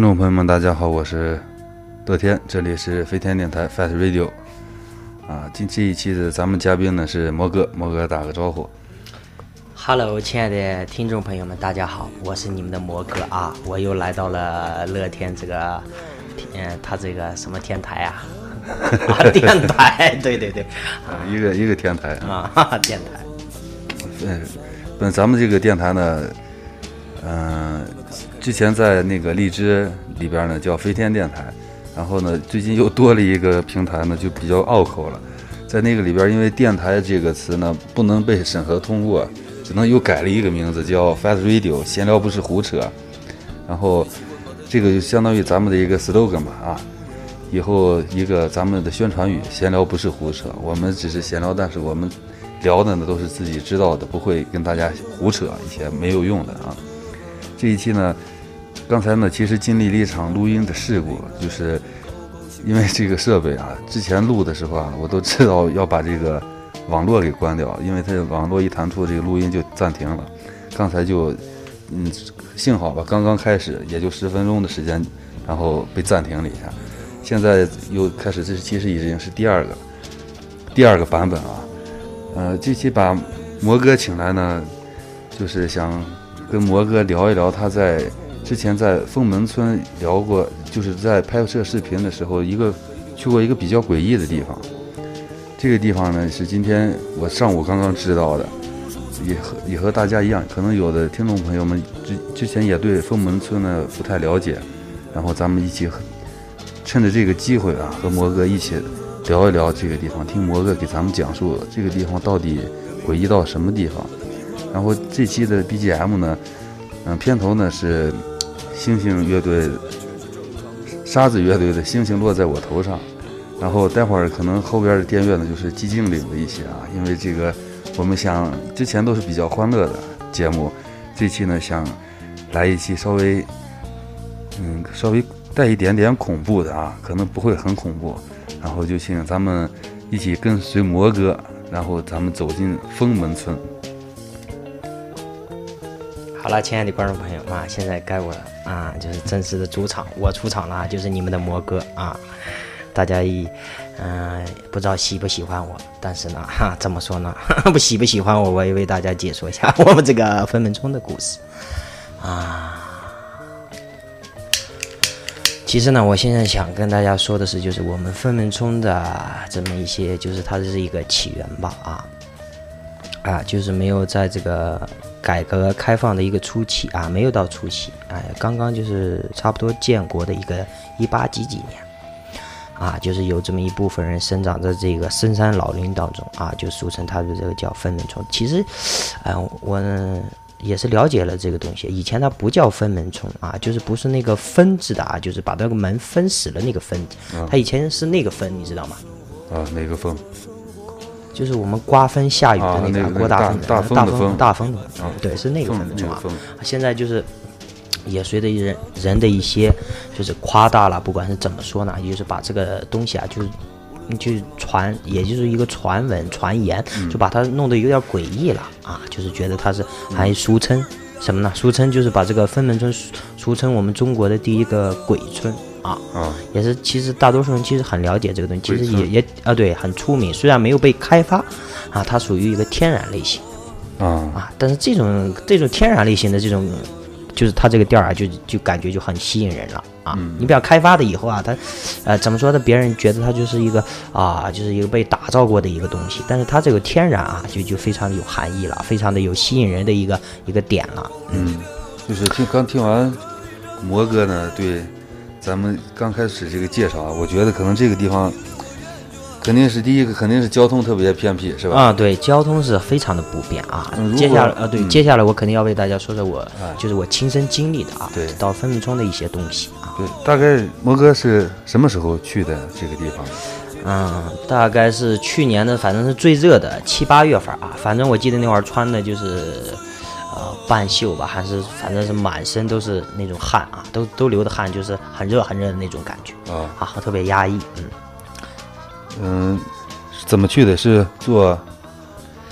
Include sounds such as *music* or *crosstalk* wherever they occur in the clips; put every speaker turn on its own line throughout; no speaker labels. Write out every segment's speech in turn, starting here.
众朋友们，大家好，我是乐天，这里是飞天电台 Fat Radio。啊，近期一期的咱们嘉宾呢是摩哥，摩哥打个招呼。
Hello，亲爱的听众朋友们，大家好，我是你们的摩哥啊，我又来到了乐天这个，嗯，他这个什么天台啊？啊，电台，对对对，
啊，一个一个天台啊，
啊，哈 *laughs* 哈电台，
呃，本咱们这个电台呢，嗯、之前在那个荔枝里边呢叫飞天电台，然后呢最近又多了一个平台呢，就比较拗口了。在那个里边，因为“电台”这个词呢不能被审核通过，只能又改了一个名字叫 “Fast Radio”，闲聊不是胡扯。然后这个就相当于咱们的一个 slogan 吧啊，以后一个咱们的宣传语：闲聊不是胡扯，我们只是闲聊，但是我们聊的呢都是自己知道的，不会跟大家胡扯一些没有用的啊。这一期呢，刚才呢其实经历了一场录音的事故，就是因为这个设备啊，之前录的时候啊，我都知道要把这个网络给关掉，因为它网络一弹出，这个录音就暂停了。刚才就，嗯，幸好吧，刚刚开始也就十分钟的时间，然后被暂停了一下。现在又开始，这是其实已经是第二个，第二个版本啊。呃，这期把摩哥请来呢，就是想跟摩哥聊一聊他在之前在封门村聊过，就是在拍摄视频的时候，一个去过一个比较诡异的地方。这个地方呢是今天我上午刚刚知道的，也和也和大家一样，可能有的听众朋友们之之前也对封门村呢不太了解，然后咱们一起和趁着这个机会啊，和摩哥一起聊一聊这个地方，听摩哥给咱们讲述这个地方到底诡异到什么地方。然后这期的 BGM 呢，嗯，片头呢是星星乐队、呃沙子乐队的《星星落在我头上》，然后待会儿可能后边的电乐呢就是寂静岭的一些啊，因为这个我们想之前都是比较欢乐的节目，这期呢想来一期稍微嗯稍微带一点点恐怖的啊，可能不会很恐怖，然后就请咱们一起跟随魔哥，然后咱们走进封门村。
好了，亲爱的观众朋友啊，现在该我啊，就是正式的主场，我出场了啊，就是你们的魔哥啊。大家一，嗯、不知道喜不喜欢我，但是呢，哈、怎么说呢？ *laughs* 不喜不喜欢我，我也为大家解说一下 *laughs* 我们这个分门村的故事啊。其实呢，我现在想跟大家说的是，就是我们分门村的啊这么一些，就是它是一个起源吧啊。啊，就是没有在这个改革开放的一个初期啊，没有到初期，哎，刚刚就是差不多建国的一个一八几几年，啊，就是有这么一部分人生长在这个深山老林当中啊，就俗称他的这个叫分门村。其实，哎、我呢也是了解了这个东西，以前它不叫分门村啊，就是不是那个分字的啊，就是把那个门分死了那个分，它以前是那个分，你知道吗？
啊，哪个风？
就是我们瓜分下雨
啊
的
那
个
个
郭
大
大风
大风的
大
风
风大风的
啊
风，对，是那个
风
分门
那
村
个
啊
风。
现在就是也随着人人的一些就是夸大了，不管是怎么说呢，也就是把这个东西啊，就是。就是传，也就是一个传闻、传言，
嗯
就把它弄得有点诡异了啊！就是觉得它是
嗯
还俗称什么呢？俗称就是把这个分门村俗俗称我们中国的第一个鬼村啊！
啊，
也是，其实大多数人其实很了解这个东西，其
鬼
实
村
也也啊对，很出名，虽然没有被开发，啊，它属于一个天然类型
啊，
啊，但是这种这种天然类型的这种，就是它这个店儿啊，就就感觉就很吸引人了啊。你不要开发的以后啊，它，呃，怎么说呢？别人觉得它就是一个啊，就是一个被打造过的一个东西，但是它这个天然啊，就就非常的有含义了，非常的有吸引人的一个一个点了。
嗯，就是听刚听完摩哥呢对咱们刚开始这个介绍啊，我觉得可能这个地方肯定是第一个，肯定是交通特别偏僻，是吧？
啊，对，交通是非常的不便啊
嗯如。
接下来
果
啊，对，
嗯
接下来我肯定要为大家说说我
哎
就是我亲身经历的啊，
对
到分分钟的一些东西啊。
对，大概摩哥是什么时候去的这个地方？
嗯，大概是去年的，反正是最热的七八月份啊，反正我记得那会儿穿的就是。呃，半袖吧，还是反正是满身都是那种汗啊，都都流的汗，就是很热很热的那种感觉
啊，
啊，特别压抑。嗯，
嗯，是怎么去的？是坐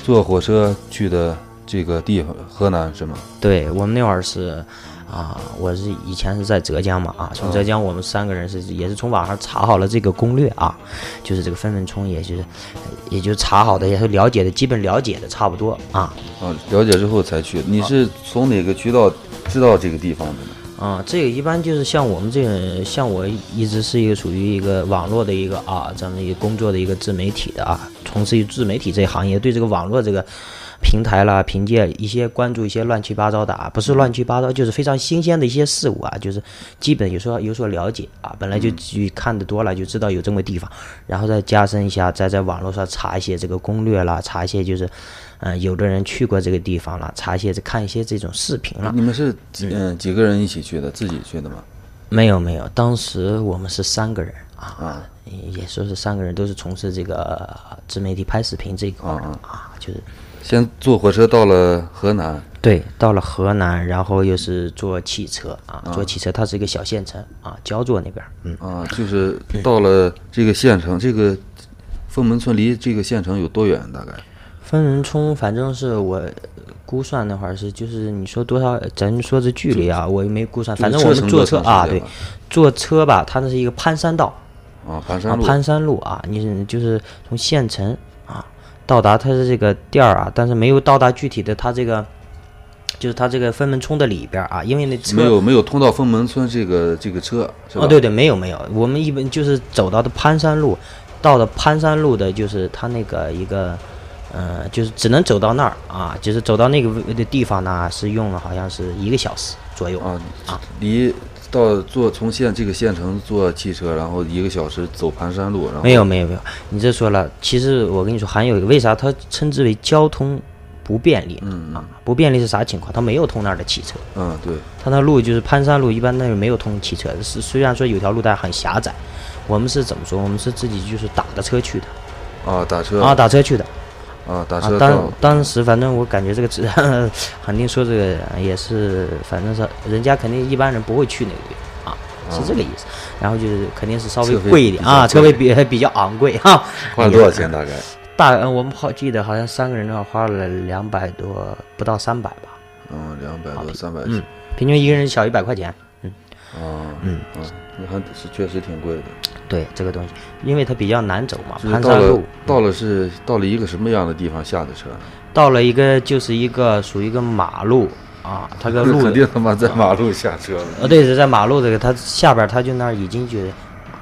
坐火车去的这个地方，河南是吗？
对我们那会儿是，啊，我是以前是在浙江嘛啊，从浙江我们三个人是也是从网上查好了这个攻略啊，就是这个分分冲，也就是也就查好的，也是了解的，基本了解的差不多啊。
啊，了解之后才去。你是从哪个渠道知道这个地方的呢？
啊、这个一般就是像我们这种，像我一直是一个属于一个网络的一个啊，咱们一个工作的一个自媒体的啊，从事于自媒体这一行业，对这个网络这个平台啦，凭借一些关注一些乱七八糟的啊，不是乱七八糟，就是非常新鲜的一些事物啊，就是基本有时候有所了解啊，本来就去看的多了，就知道有这么个地方，然后再加深一下，再在网络上查一些这个攻略啦，查一些就是，嗯，有的人去过这个地方了，查一些看一些这种视频了。
你们是几嗯、几个人一起去的？自己去的吗？
没有没有，当时我们是三个人啊，
啊
也说是三个人都是从事这个呃自媒体拍视频这一块儿的啊，就是
先坐火车到了河南，
对，到了河南，然后又是坐汽车啊，坐汽车，它是一个小县城啊，焦作那边儿，嗯，
啊，就是到了这个县城，这个凤门村离这个县城有多远？大概
分人冲，反正是我呃估算那会儿是，就是你说多少，咱说这距离啊，我也没估算，
就是
反正我
车
们
程
坐
多
车
长时
啊，
间
对
吧，
坐车吧，它那是一个盘山道，
啊，盘
啊
山，路，
盘山路啊，你是就是从县城啊到达它的这个店儿啊，但是没有到达具体的它这个，就是它这个分门冲的里边儿啊，因为那车
没有没有通到凤门村这个这个车是吧？
哦，对对，没有没有，我们一般就是走到的盘山路，到了盘山路的就是它那个一个，呃，就是只能走到那儿啊，就是走到那个位的地方呢，是用了好像是一个小时左右。
啊
啊
离到坐从县这个县城坐汽车，然后一个小时走盘山路，然后
没有没有没有，你这说了，其实我跟你说，还有一个为啥它称之为交通不便利呢？啊，不便利是啥情况？它没有通那儿的汽车，
嗯对，
它那路就是盘山路，一般那儿没有通汽车，是虽然说有条路，但很狭窄。我们是怎么说？我们是自己就是打着车去的
啊打车
啊，打车去的
啊打
啊
车。到
当当时反正我感觉这个治安，肯定说这个也是，反正是人家肯定一般人不会去那个地方啊，是这个意思。然后就是肯定是稍微
嗯车费
贵一点
比较
啊，车
贵
费比 *laughs* 比较昂贵哈。
花了多少钱？大概
大，呃我们好记得好像三个人的话花了两百多，不到三百吧，
嗯两百多三百
嗯，平均一个人小一百块钱。嗯，
啊嗯啊，那还是确实挺贵的。
对这个东西，因为它比较难走嘛，
就是
啊盘
到
山
了
路。
到了是到了一个什么样的地方下的车呢？
到了一个就是一个属于一个马路啊，它个路
*laughs*
啊
肯定他妈在马路下车了。
呃，对，是在马路这个，它下边儿它就那儿已经就是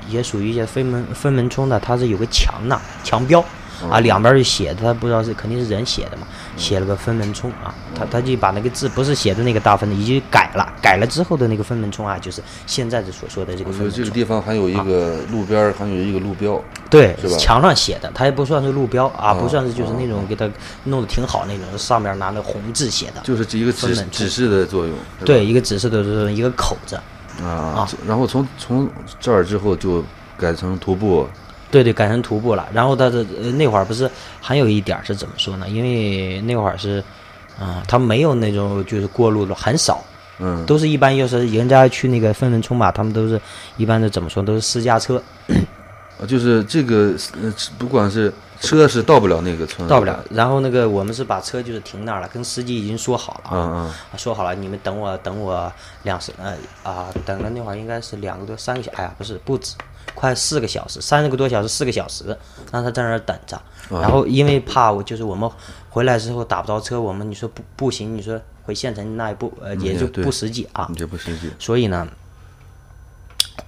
也属于一些分门分门冲的，它是有个墙呐，墙标
哦
啊，两边儿就写的，它不知道是肯定是人写的嘛，
嗯
写了个分门冲啊，
哦
他他就把那个字不是写的那个大分的，已经改了，改了之后的那个分门冲啊，就是现在的所说的这个
我
分
说
门
这
冲
个。地方还有一
啊
个路边儿，还有一个路标。
对
是吧，
墙上写的，它也不算是路标啊，
哦
不算是就是那种给它弄得挺好那种，上面拿那红字写的，
就是这一个指
分门
指示的作用，是吧
对，一个指示的就是一个口子，
啊，然后从从这儿之后就改成徒步，
对对，改成徒步了。然后他的、呃、那会儿不是还有一点儿是怎么说呢？因为那会儿是，啊、他没有那种就是过路的，很少，
嗯，
都是一般要是人家去那个分文冲嘛，他们都是一般的怎么说，都是私家车
啊就是这个呃不管是车是到不了那个村，
到不了。然后那个我们是把车就是停那儿了，跟司机已经说好了
嗯，嗯
啊说好了，你们等我等我两时呃啊，等了那会儿应该是两个多三个小，哎呀不是不止，快四个小时，三个多小时四个小时，让他在那儿等着。
啊
然后因为怕我就是我们回来之后打不着车，我们你说不不行，你说回县城那也不呃也就
对
不实际啊
你，这不实际，
所以呢，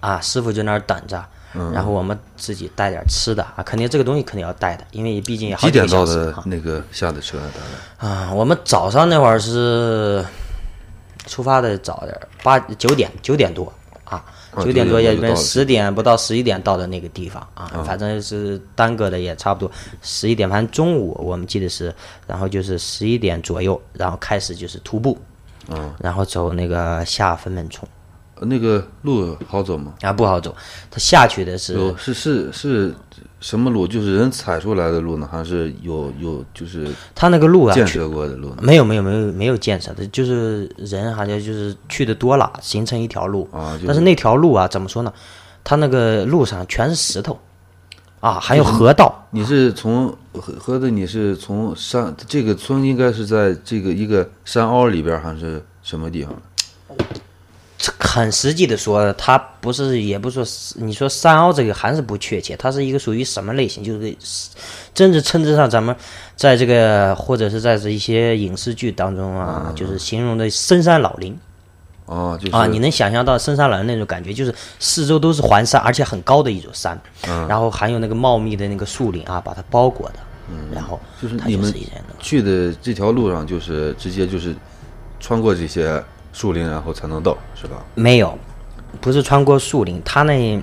啊师傅就那儿等着。
嗯
然后我们自己带点吃的啊，肯定这个东西肯定要带的，因为毕竟也好
几
几
点
个
到
小时啊
的。那个下的车大概
啊，我们早上那会儿是出发的早点儿，八九点九点多啊，
啊
九点多
9
也
点多就到
跟
了
十点不到十一点到的那个地方啊，反正是耽搁的也差不多十一点，反正中午我们记得是，然后就是十一点左右，然后开始就是徒步，
啊
嗯，然后走那个下分门冲
呃那个路好走吗？
啊，不好走，它下去的是
有是是是什么路？就是人踩出来的路呢，还是有有就是
它那个路啊，
建
去
设过的路呢？
没有没有没有没有建设的，就是人好像就是去的多了，形成一条路。
啊就是
但是那条路啊，怎么说呢？它那个路上全是石头，啊，还有河道。
你是从合合的，你是从山这个村应该是在这个一个山凹里边儿，还是什么地方？
很实际的说，它不是也不是说，你说三奥这个还是不确切，它是一个属于什么类型？就是真是称之上咱们在这个或者是在这一些影视剧当中啊，就是形容的深山老林
哦，就是
啊，你能想象到深山老林那种感觉，就是四周都是环山，而且很高的一座山，然后还有那个茂密的那个树林啊，把它包裹的，然后
就是
它
你
嗯就
们
是一些那个
去的这条路上，就是直接就是穿过这些树林，然后才能到，是吧？
没有，不是穿过树林，它那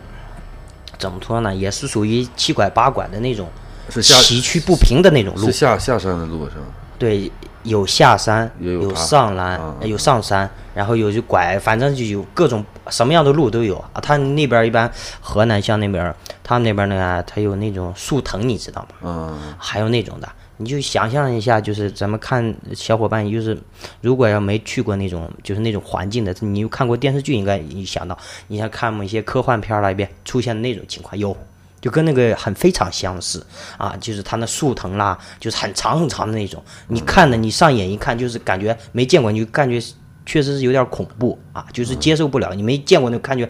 怎么说呢，也是属于七拐八拐的那种。
是下
崎岖不平的那种路
是，下下山的路是吧？
对，有下山，
也有
有
爬
上栏
啊，
有上山，然后有就拐，反正就有各种什么样的路都有啊。他那边儿一般河南像那边儿，他们那边儿呢，他有那种树藤，你知道吗？
嗯，
还有那种的，你就想象一下，就是咱们看小伙伴，就是如果要没去过那种就是那种环境的，你又看过电视剧，应该你想到，你像看某一些科幻片儿那边出现的那种情况有。就跟那个很非常相似啊，就是它那树藤啦，就是很长很长的那种，你看的你上眼一看就是感觉没见过，你就感觉确实是有点恐怖啊，就是接受不了，你没见过那感觉，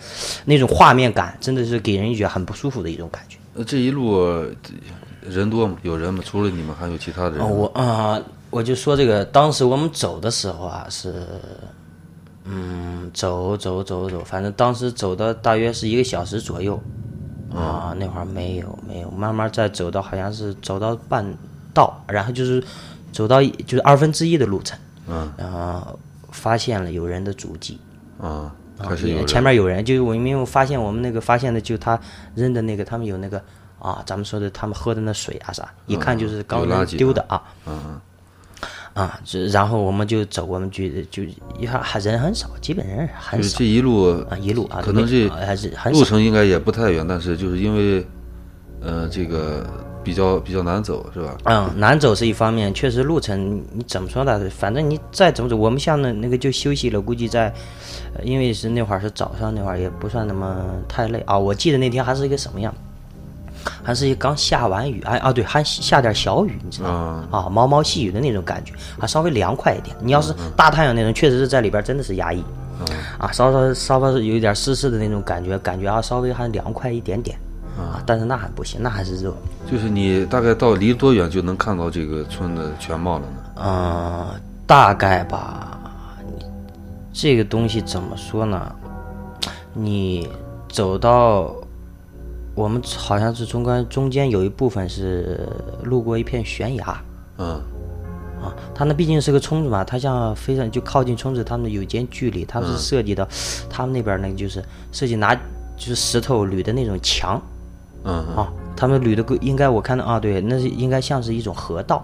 那种画面感真的是给人一种很不舒服的一种感觉。
那这一路呃人多吗？有人吗？除了你们，还有其他的人
啊，
吗？
我啊、我就说这个，当时我们走的时候啊，是，嗯，走走走走，反正当时走的大约是一个小时左右，
嗯
啊、那会儿没有没有，慢慢再走到好像是走到半道，然后就是走到一就是二分之一的路程，嗯，然后发现了有人的足迹，
啊，
啊
开始有
也
人
前面有人，就是我因为我发现我们那个发现的，就他扔的那个，他们有那个啊，咱们说的他们喝的那水啊啥，一看就是刚
嗯有垃
扔
圾
丢的啊。嗯啊，这然后我们就走，我们就就一看还人很少，基本人很
就是
少
这一路
啊，一路啊，
嗯可能
没
这
啊还是很
路
少。
程应该也不太远，但是就是因为呃这个比较比较难走，是吧？
嗯，难走是一方面，确实路程你怎么说呢？反正你再怎么走，我们像那那个就休息了，估计在，呃因为是那会儿是早上，那会儿也不算那么太累啊。我记得那天还是一个什么样，还是一个刚下完雨，哎啊对，还下点小雨，你知道吗？啊，毛毛细雨的那种感觉，还稍微凉快一点。你要是大太阳那种，确实是在里边真的是压抑，啊，稍稍稍微有一点湿湿的那种感觉，感觉啊稍微还凉快一点点。啊，但是那还不行，那还是热。
就是你大概到离多远就能看到这个村的全貌了呢？
嗯，大概吧。这个东西怎么说呢？你走到我们好像是中间中间有一部分是路过一片悬崖
嗯，
啊，它那毕竟是个村子嘛，它像非常就靠近村子，他们有一间距离，它是设计的，他们那边儿那个就是设计拿就是石头捋的那种墙，
嗯
啊，他们捋的个应该我看到啊，对，那是应该像是一种河道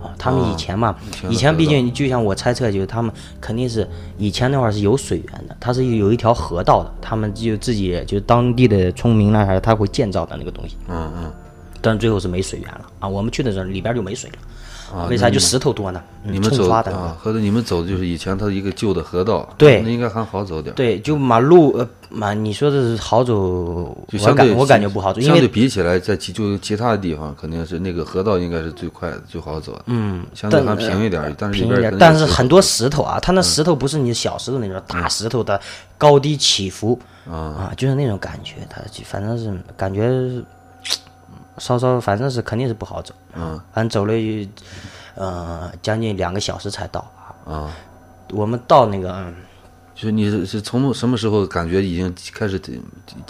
啊。他们以前嘛，
前的
以前毕竟就像我猜测，就是他们肯定是以前那会儿是有水源的，它是有一条河道的，他们就自己就是当地的村民呢，还是他会建造的那个东西，
嗯嗯，
但是最后是没水源了啊。我们去的时候里边就没水了，
啊
为啥就石头多呢？嗯
你们
冲
走
刷的。
啊，合着你们走的就是以前它一个旧的河道，
对
那应该还好走点儿。
对，就马路呃马，你说的是好走，
就
我
相对
感我感觉不好走，因
相对
为
比起来，在其就其他的地方，肯定是那个河道应该是最快的、最好走的。嗯，相对还平一点儿，但是里
平一
边儿肯
呃点
定，
但
有
是
石
很多石头啊，它那石头不是你小石头那种，大石头的高低起伏、啊，就是那种感觉，它就反正是感觉嗯稍稍，反正是肯定是不好走。嗯，反正走了一，呃，将近两个小时才到啊。
头啊。
我们到那个，嗯
就是你是是从什么时候感觉已经开始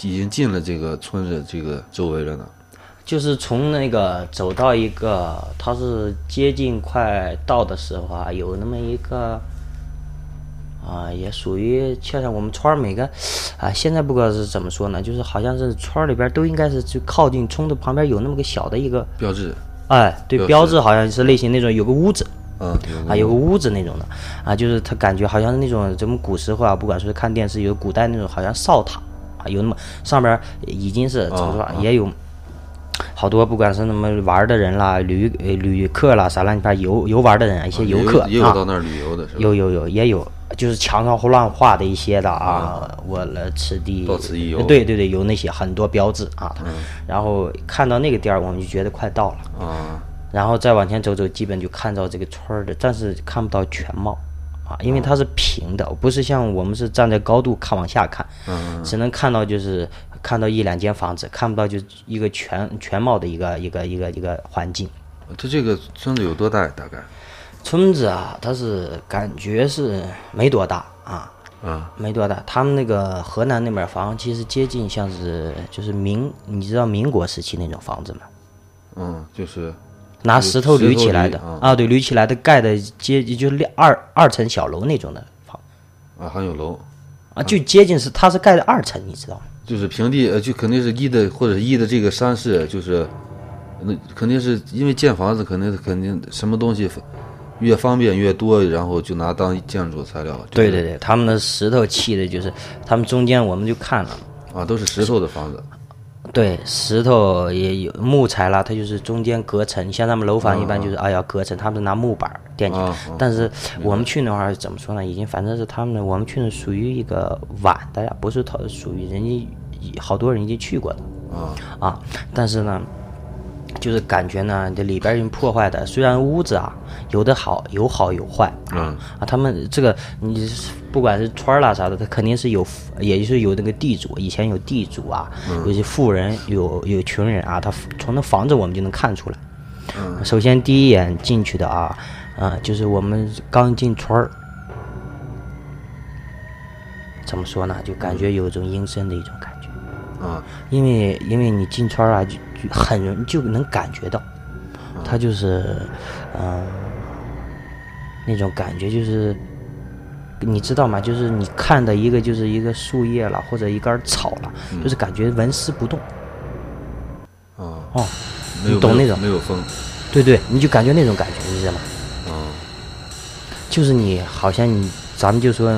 已经进了这个村子这个周围了呢？
就是从那个走到一个，它是接近快到的时候啊，有那么一个，啊，也属于像像我们村儿每个，啊，现在不知道是怎么说呢，就是好像是村儿里边儿都应该是就靠近村子旁边有那么个小的一个，
标志，
哎，对，标志好像是类型那种有个屋子，
嗯，
啊，有个屋子那种的，啊，就是他感觉好像是那种咱们古时候啊，不管说是看电视，有古代那种好像哨塔啊，有那么上边儿已经是怎么说啊，也有好多不管是什么玩儿的人啦、旅呃旅客啦啥乱七八游游玩儿的人啊，一些游客
也有也有
啊，
到那儿旅游的是吧？
有有有也有，就是墙上乱画的一些的啊，我来此地
到此一游嗯
对对对，有那些很多标志啊，然后看到那个地儿，我们就觉得快到了。
啊，
然后再往前走走，基本就看到这个村儿的，但是看不到全貌啊，因为它是平的，不是像我们是站在高度看往下看，只能看到就是看到一两间房子，看不到就一个全全貌的一个一个一个一个环境。
它这个村子有多大呀？大概？
村子啊，它是感觉是没多大啊，
啊，
没多大。他们那个河南那边房，其实接近像是就是民，你知道民国时期那种房子吗？
嗯，就是
拿
就是
石头
石
垒
头
起来
垒
的
啊
啊，对，垒起来的，盖的接就是两二二层小楼那种的房
啊，还有楼，
啊，就接近是它是盖的二层，你知道吗？
就是平地，呃，就肯定是一的或者一的这个山势，就是那肯定是因为建房子，肯定肯定什么东西越方便越多，然后就拿当建筑材料。就是
对对对，他们的石头砌的就是，他们中间我们就看了，
啊，都是石头的房子。
对，石头也有木材啦，它就是中间隔层，像他们楼房一般就是哎呀隔层，他们是拿木板儿垫起来
啊啊。
但是我们去那块儿怎么说呢？已经反正是他们，我们去那属于一个晚的呀，不是它属于人家好多人已经去过的
啊
啊。但是呢，就是感觉呢，这里边儿已经破坏的，虽然屋子啊有的好，有好有坏啊、啊，他们这个你是不管是川儿啦啥的，他肯定是有，也就是有那个地主，以前有地主啊，有些富人，有有穷人啊，他从那房子我们就能看出来。首先第一眼进去的啊，啊，就是我们刚进村儿。怎么说呢？就感觉有一种阴森的一种感觉。
啊
因为因为你进村儿啊，就就很容就能感觉到，他就是，嗯、那种感觉就是，你知道吗？就是你看的一个就是一个树叶了，或者一根草了，就是感觉纹丝不动。
啊，
哦，
没有
你懂
没
那
有
种
没有风
对对，你就感觉那种感觉，你知道吗？
啊
就是你好像你，咱们就说，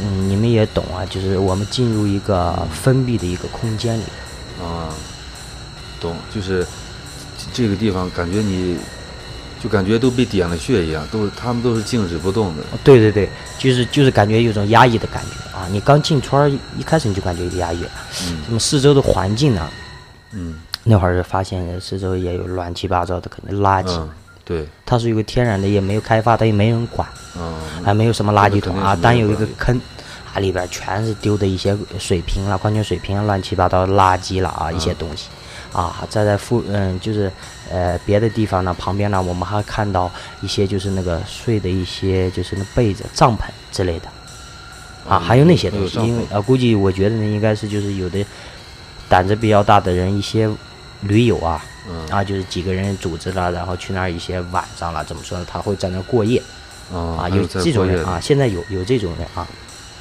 嗯，你们也懂啊，就是我们进入一个封闭的一个空间里。
啊，懂，就是这这个地方感觉你就感觉都被点了穴一样，都是他们都是静止不动的。
对对对，就是就是感觉有种压抑的感觉啊！你刚进村儿一一开始你就感觉有压抑了，那么四周的环境呢？
嗯
那会儿发现四周也有乱七八糟的，可能垃圾，
嗯，对，
它是有个天然的，也没有开发，它也没人管，
啊
还没有什么垃圾桶啊
这，个肯定是没有
单有一个
管理
坑，啊里边全是丢的一些水瓶啦、矿泉水瓶啊、乱七八糟的垃圾了啊，一
嗯
些东西。啊，再在附嗯，就是呃别的地方呢，旁边呢，我们还看到一些就是那个睡的一些就是那被子、帐篷之类的，啊，还有那些东西，
有帐
因为
篷
啊，估计我觉得呢，应该是就是有的胆子比较大的人，一些驴友啊，
嗯
啊，就是几个人组织了，然后去那儿一些晚上了，怎么说呢？他会在那儿过夜
啊
啊，
还有在
这
过
种
夜
人
的
啊，现在有有这种人啊，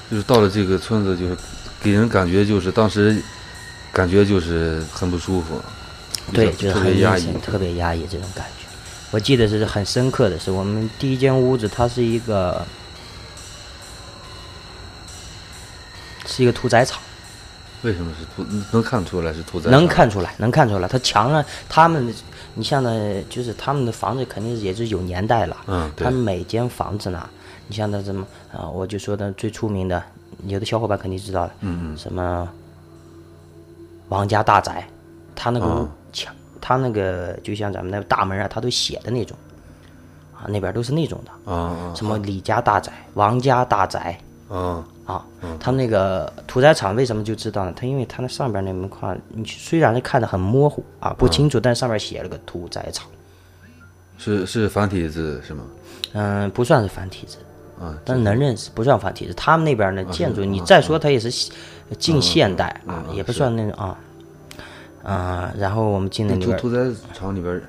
就是到了这个村子，就是给人感觉就是当时感觉就是很不舒服，
对，
就
就是是
特
很
别
阴
压抑
森，特别压抑这种感觉。我记得是很深刻的是，我们第一间屋子它是一个是一个屠宰场，
为什么是屠？能看出来是屠宰？
能。看出来，能看出来，它墙上他们，你像呢，就是他们的房子肯定也是有年代了，
嗯对
他们每间房子呢，你像那什么啊、我就说的最出名的，有的小伙伴肯定知道了，嗯嗯，什么王家大宅，他那个屋墙，他那个就像咱们那大门啊，他都写的那种，啊，那边都是那种的，
啊
什么李家大宅、王家大宅，
啊啊！
啊，他们那个屠宰场为什么就知道呢？他因为他那上边那门框，你虽然是看得很模糊啊，不清楚，但上面写了个屠宰场，
是是繁体字是吗？
嗯，不算是繁体字，
啊，
但是能认识，不算繁体字。他们那边呢，建筑你再说它也是西近现代啊，也不算那种啊，啊，然后我们进那里
屠
边，
屠宰场里边儿，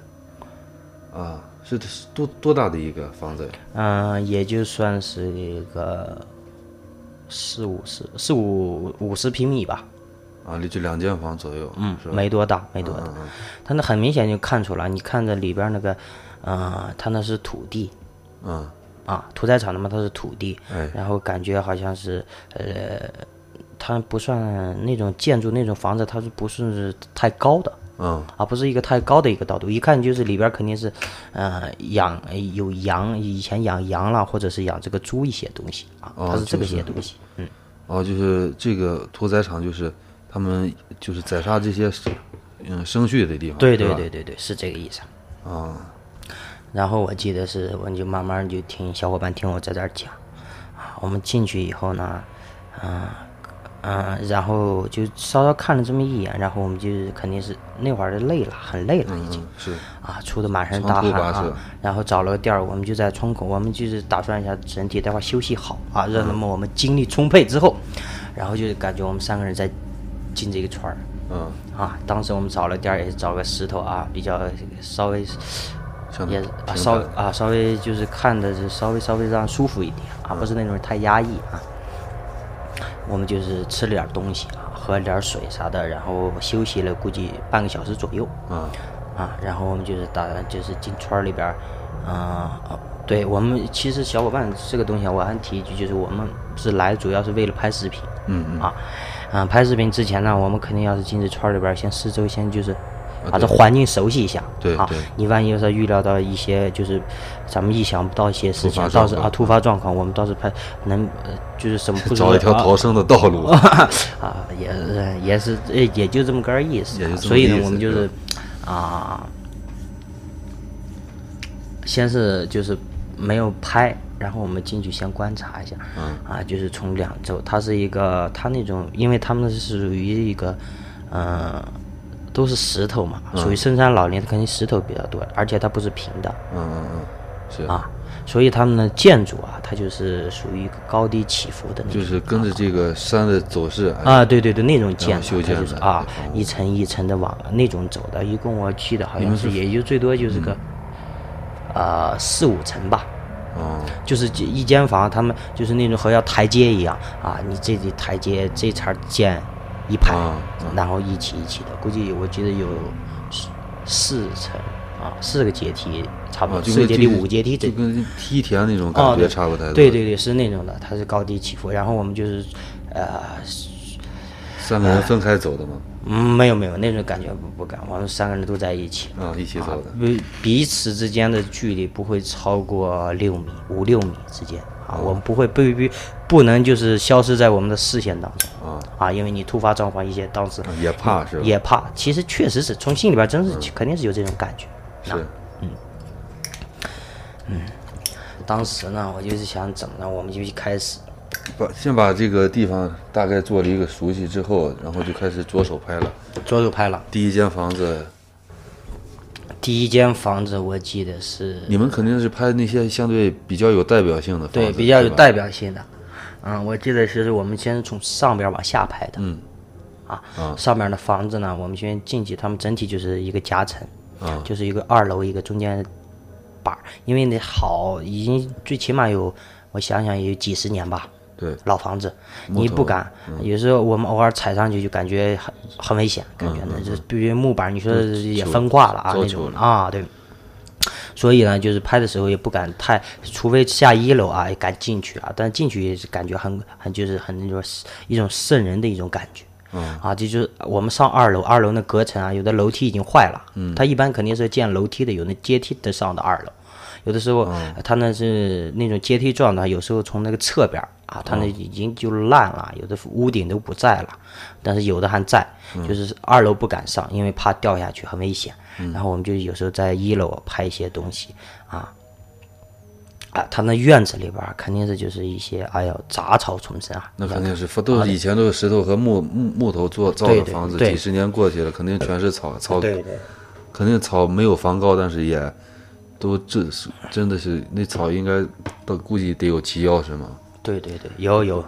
啊，是是多多大的一个房子呀？
嗯，也就算是一个四五十四五五十平米吧，
啊，离就两间房左右，嗯，是吧？嗯
没多大，没多大。他那很明显就看出来，你看着里边儿那个，呃，他那是土地
嗯，
啊，屠宰场的嘛，它是土地，
哎
然后感觉好像是，呃，它不算那种建筑那种房子，它是不是太高的？
嗯，
啊，不是一个太高的一个道路，一看就是里边儿肯定是，呃，养有羊，以前养羊了，或者是养这个猪一些东西啊，
哦
它是这个
就是
些东西，嗯，
啊
哦，就是这个屠宰场，就是他们就是宰杀这些，嗯，生畜的地方，
对
是
对
吧
对对对，是这个意思。
啊，
然后我记得是，我就慢慢就听小伙伴听我在这儿讲，啊，我们进去以后呢，嗯、嗯、然后就稍稍看了这么一眼，然后我们就是肯定是那会儿就累了，很累了已经，
嗯是
啊，出的满身大汗
长途跋
啊
涉，
然后找了个地儿，我们就在窗口，我们就是打算一下整体待会儿休息好啊，让那么我们精力充沛之后，然后就是感觉我们三个人在进这个圈儿，
嗯，
啊，当时我们找了点儿，也是找个石头啊，比较稍微
相对
也
平
啊
坦
稍啊稍微就是看的是稍微稍微让舒服一点啊，不是那种太压抑啊。我们就是吃了点儿东西啊，喝了点儿水啥的，然后休息了估计半个小时左右
嗯，
啊，然后我们就是打算就是进村儿里边儿，啊、哦对我们其实小伙伴这个东西啊，我还提一句，就是我们是来主要是为了拍视频，
嗯嗯
啊，啊、拍视频之前呢，我们肯定要是进这圈儿里边儿，先四周先就是
啊
把这
对
环境熟悉一下，
对
啊
对，
你万一要是预料到一些就是咱们意想不到一些事
突发
情，到
状
时啊
况
突发状况，我们到时拍能、呃就是什么不
找一条
啊
逃生的道路。
*laughs* 啊，也是也是呃也就这么个儿意思
也
啊、
就这么
所以呢
个意，思
我们就是是
吧
啊，先是就是没有拍，然后我们进去先观察一下，
嗯
啊，就是从两周，它是一个它那种，因为他们是属于一个，呃，都是石头嘛，属于深山老林，肯定石头比较多，而且它不是平的，
嗯嗯嗯，是
啊，所以他们的建筑啊，它就是属于一个高低起伏的那种，
就是跟着这个山的走势哎
啊，对对对，那种建
后
筑
修
它
建
就是
的哦，
啊一层一层的往那种走的，一共我记得好像是也就最多就是
嗯
个，呃四五层吧，
哦，
就是这一间房，他们就是那种和要台阶一样啊，你这里台阶这茬儿建一排
啊，
然后一起一起的，估计我记得有四四层啊，四个阶梯差不
啊
多，
就
四个
跟
阶
这
梯
个
五个阶梯这
就跟梯田那种
哦，
感
对，
觉差不太多。
对对对，是那种的，它是高低起伏，然后我们就是呃。
三
哎
个人分开走的嘛，
嗯，没有没有那种感觉不不敢，我们三个人都在一起，
啊，一起走的。
彼彼此之间的距离不会超过六米五六米之间
哦
啊，我们不会被不不能就是消失在我们的视线当中
啊
因为你突发状况一些，当时
也怕是吧？嗯
也怕，其实确实是从心里边真是、肯定是有这种感觉。
是，
当时呢，我就是想怎么呢，我们就一开始
把先把这个地方大概做了一个熟悉之后，然后就开始着手拍了。
左手拍了
第一间房子，
第一间房子，我记得是
你们肯定是拍那些相对比较有代表性的房子，
对，比较有
是吧
代表性的。嗯，我记得其实我们先是从上边往下拍的。
嗯。
啊，
啊
上面的房子呢，我们先进去，他们整体就是一个夹层，
啊
就是一个二楼一个中间板儿，因为那好已经最起码有，我想想也有几十年吧，
对，
老房子，你
头啊嗯
不敢，有时候我们偶尔踩上去就感觉很很危险，感觉
嗯
那就是毕竟木板，你说也分挂了啊
糟
那
球
种
了
啊，对。所以呢，就是拍的时候也不敢太，除非下一楼啊，也敢进去啊，但进去也是感觉很很就是很那种一种瘆人的一种感觉。
嗯
啊，这就是我们上二楼，二楼那隔层啊，有的楼梯已经坏了，嗯，它一般肯定是建楼梯的，有那阶梯的上的二楼，有的时候、它那是那种阶梯状的，有时候从那个侧边儿啊，它那已经就烂了，有的屋顶都不在了，但是有的还在，就是二楼不敢上，因为怕掉下去很危险。然后我们就有时候在一楼拍一些东西啊。啊，它那院子里边儿肯定是就是一些，哎呦，杂草丛生啊，
那肯定是，都是以前都是石头和木木木头做造
对
的
对
房子，
对
几十年过去了，肯定全是草草，
对对，
肯定草没有房高，但是也都这是真的是那草应该都估计得有齐腰是吗？
对对对，有有。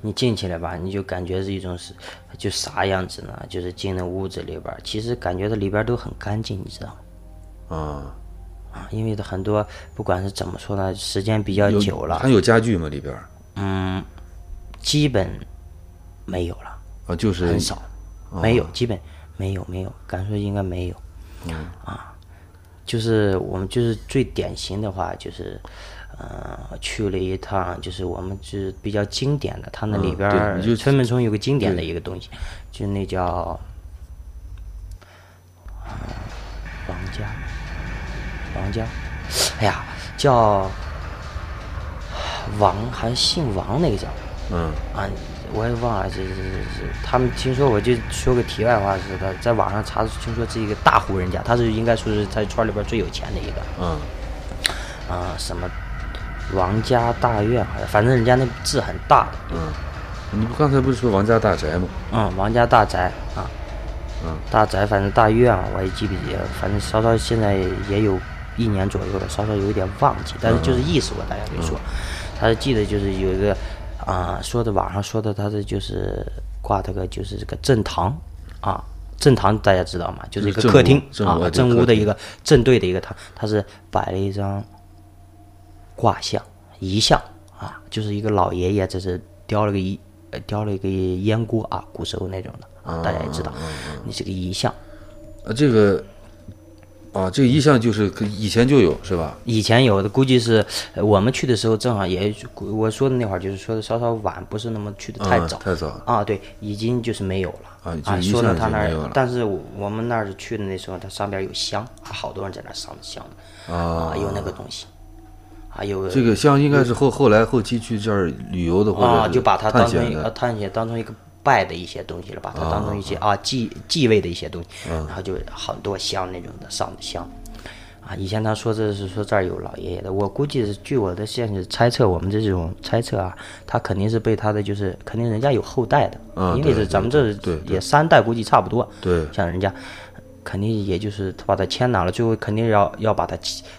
你进去了吧，你就感觉是一种是，就啥样子呢？就是进了屋子里边儿，其实感觉它里边儿都很干净，你知道
啊，
吗？啊，因为它很多不管是怎么说呢，时间比较
有
久了，
还有家具吗？里边儿
嗯，基本没有了，
啊，就是啊
很少，没有，基本没有没有，敢说应该没有。
嗯
啊就是我们就是最典型的话就是，呃，去了一趟，就是我们就是比较经典的，它那里边
嗯对
儿
你就
村门村有个经典的一个东西，就那叫、呃王家，王家，哎呀，叫王还是姓王那个叫
嗯
啊，我也忘了，这这这这，他们听说我就说个题外话似的，在网上查听说是一个大户人家，他是应该说是在村里边最有钱的一个
嗯，
啊、什么王家大院好像，反正人家那字很大的，
你不刚才不是说王家大宅吗？
嗯，王家大宅啊，
嗯，
大宅反正大院啊，我也记不记了，反正稍稍现在也有一年左右了，稍稍有一点忘记，但是就是
嗯
意思我大家就说，他是记得就是有一个啊、说的网上说的他是就是挂这个就是这个正堂啊。正堂大家知道吗？就是一个
就是
客厅
正屋
啊，
正屋
正
对
屋的
客厅
一个正对的一个堂，它是摆了一张卦象遗像啊，就是一个老爷爷，这是雕了个一呃雕了一个烟锅啊，古时候那种的啊，大家也知道，你这个遗像，
啊，这个，啊，这个意向就是可以前就有是吧？
以前有的估计是呃我们去的时候正好也我说的那会儿就是说的稍稍晚，不是那么去的太
啊
早，
太早，
啊，对，已经就是没有了
啊就遗
说
像
了
已
他
经
那
没有了
儿，但是我我们那儿去的那时候，它上边有香，啊好多人在那儿上香的啊，有那个东西，还有
这个像应该是后后来后期去这儿旅游的或者
啊，
是
就把它
探
当成
险
一个
的，
探险当成一个拜的一些东西了，把它当成一些啊继继位的一些东西，
嗯
然后就很多香那种的上的香。啊，以前他说这是说这儿有老爷爷的，我估计是据我的现实猜测，我们这种猜测啊，他肯定是被他的就是肯定人家有后代的，
啊
因
对
为是咱们这
对对
也三代估计差不多，
对
像人家肯定也就是他把他牵拿了，最后肯定要要把他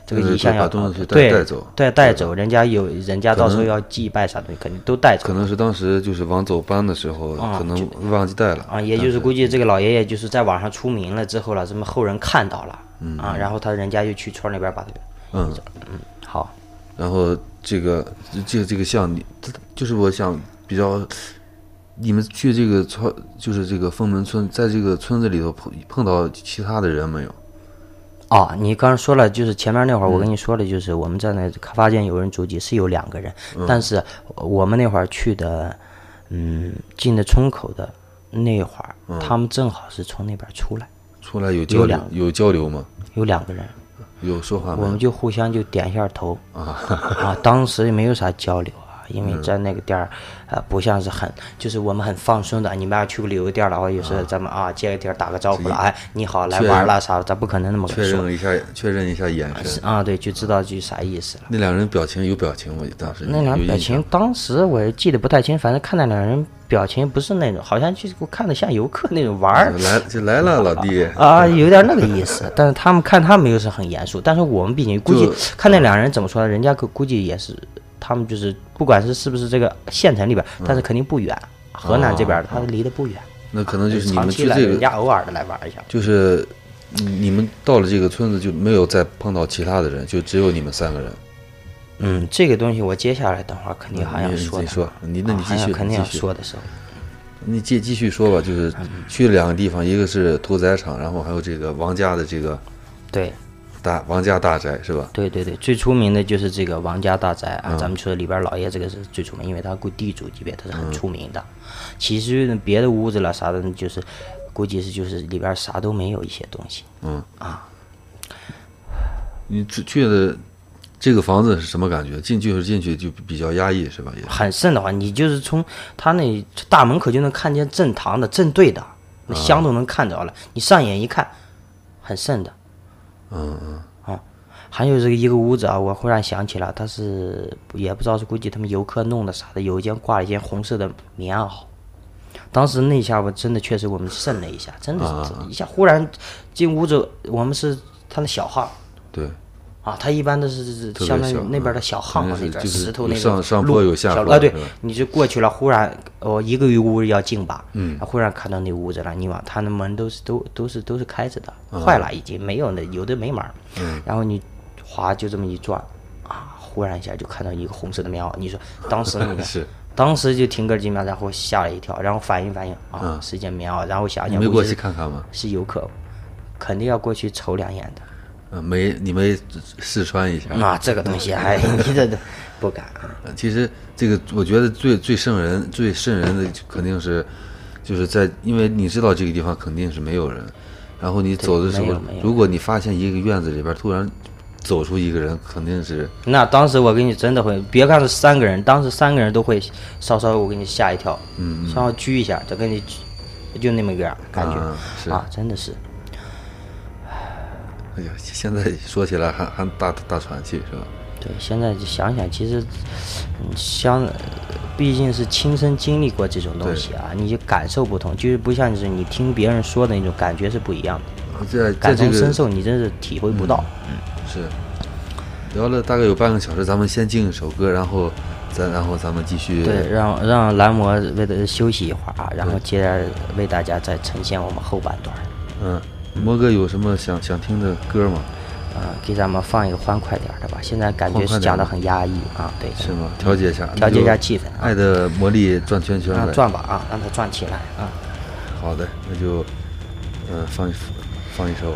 这个
对对
遗像
对
要
把东西带
对
带走
对带走，人家有人家到时候要祭拜啥东西，肯定都带走。
可能是当时就是往走班的时候，可能忘记带了
啊，也就是估计这个老爷爷就是在网上出名了之后了，什么后人看到了，啊，然后他人家就去村里边把他，嗯嗯，好，
然后这个这个这个像你，它就是我想比较，你们去这个村，就是这个封门村，在这个村子里头碰碰到其他的人没有？
哦，你刚刚说了，就是前面那会儿我跟你说了，就是我们在那发现有人足迹是有两个人，但是我们那会儿去的，嗯，进的村口的那会儿，他们正好是从那边出来，
出来有交流
两
有交流吗？
有两个人，
有说话
我
吗？
们就互相就点一下头啊当时也没有啥交流啊，因
嗯
为在那个店儿，呃，不像是很，就是我们很放松的。你们要去个旅游店儿的话，有时候咱们啊接个地儿打个招呼了，哎，你好，来
确
玩
认
了啥，咱不可能那么
确
说
认一下，确认一下眼神。
啊，对，就知道就啥意思了。
那两人表情有表情吗，我当时
那俩
有
表
印象
情，当时我也记得不太清，反正看那俩人表情不是那种，好像就是我看的像游客那种玩儿，
来就来了，老弟。
啊，有点那个意思。但是他们看他们又是很严肃，但是我们毕竟估计
就
看那两人怎么说呢，人家估估计也是，他们就是不管是是不是这个县城里边，
嗯
但是肯定不远，河南这边的，他离得不远。
哦那可能就是你们
长期
去
来
这
人
个，
家偶尔的来玩一下。
就是你你们到了这个村子就没有再碰到其他的人，就只有你们三个人。
嗯，这个东西我接下来等会儿肯定还
嗯你你
想说
自己
的，
说，你那
啊
你
还
继
想
续，
肯定
你
要
继续
说的时候。
你继继续说吧，就是去了两个地方，一个是屠宰场，然后还有这个王家的这个
对
大王家大宅是吧？
对对对，最出名的就是这个王家大宅啊，咱们说的里边老爷这个是最出名，因为他估地主级别，他是很出名的。其实呢别的屋子了啥的，就是估计是就是里边啥都没有一些东西。
你去去的这个房子是什么感觉？进去是进去就比较压抑是吧？也
很深的话，你就是从他那大门口就能看见正堂的正对的，
嗯
那香都能看着了。你上眼一看，很深的。嗯嗯。啊，还有这个一个屋子啊，我忽然想起了，他是也不知道是估计他们游客弄的啥的，有一间挂了一件红色的棉袄。当时那一下我真的确实我们瘆了一下，真的是
啊
一下忽然进屋子，我们是他的小号。
对，
啊，它一般都是
特别
相当于
小
那边
嗯
的小巷
肯
嘛，
定是
那边
就是
石头
有
那
上
种
上
路
坡有下
小
坡
路啊，对
是吧，
你就过去了，忽然哦，一个屋要进吧，嗯，忽然看到那屋子了，你往它那门都是都都是都是开着
啊
的，坏了已经没有那有的没门儿，
嗯
然后你哗就这么一转啊，忽然一下就看到一个红色的棉袄，你说当时你
*laughs*
看
是。
当时就停个几秒，然后吓了一跳，然后反应反应啊，是件棉袄，然后想
嗯你
想
没
估
过
计
去
是
看看吗？
是游客，肯定要过去瞅两眼的。
嗯，没，你没试穿一下。
那这个东
*laughs*
西，哎，你这不敢啊。
呃其实这个我觉得最最瘆人、最瘆人的就肯定是，就是在因为你知道这个地方肯定是没有人，然后你走的时
没
候
有没，有
如果你发现一个院子里边突然走出一个人，肯定是
那当时我跟你真的会，别看是三个人，当时三个人都会稍稍我给你吓一跳，嗯，稍稍拘一下，再跟你拘，就那么个样感觉
啊是
啊，真的是，
哎呀，现在说起来还还大大喘气是吧？
对，现在就想想，其实，嗯相，毕竟是亲身经历过这种东西啊，你就感受不同，就是不像就是你听别人说的那种感觉是不一样的，
在在
感
这
同
个嗯
身受你真是体会不到。
是聊了大概有半个小时，咱们先进一首歌，然后咱然后咱们继续
对，让让蓝魔为了休息一会儿啊，然后接着为大家再呈现我们后半段儿，
嗯，摩哥有什么想想听的歌吗？
啊，给咱们放一个欢快点儿的吧。现在感
欢
觉
快
是
点儿
讲的
吧
很压抑啊，对，
是吗？调节一下，
调节一下气氛啊
爱的魔力转圈圈
让
呗。
它转吧啊，让它转起来啊。
好的，那就呃放一放一首。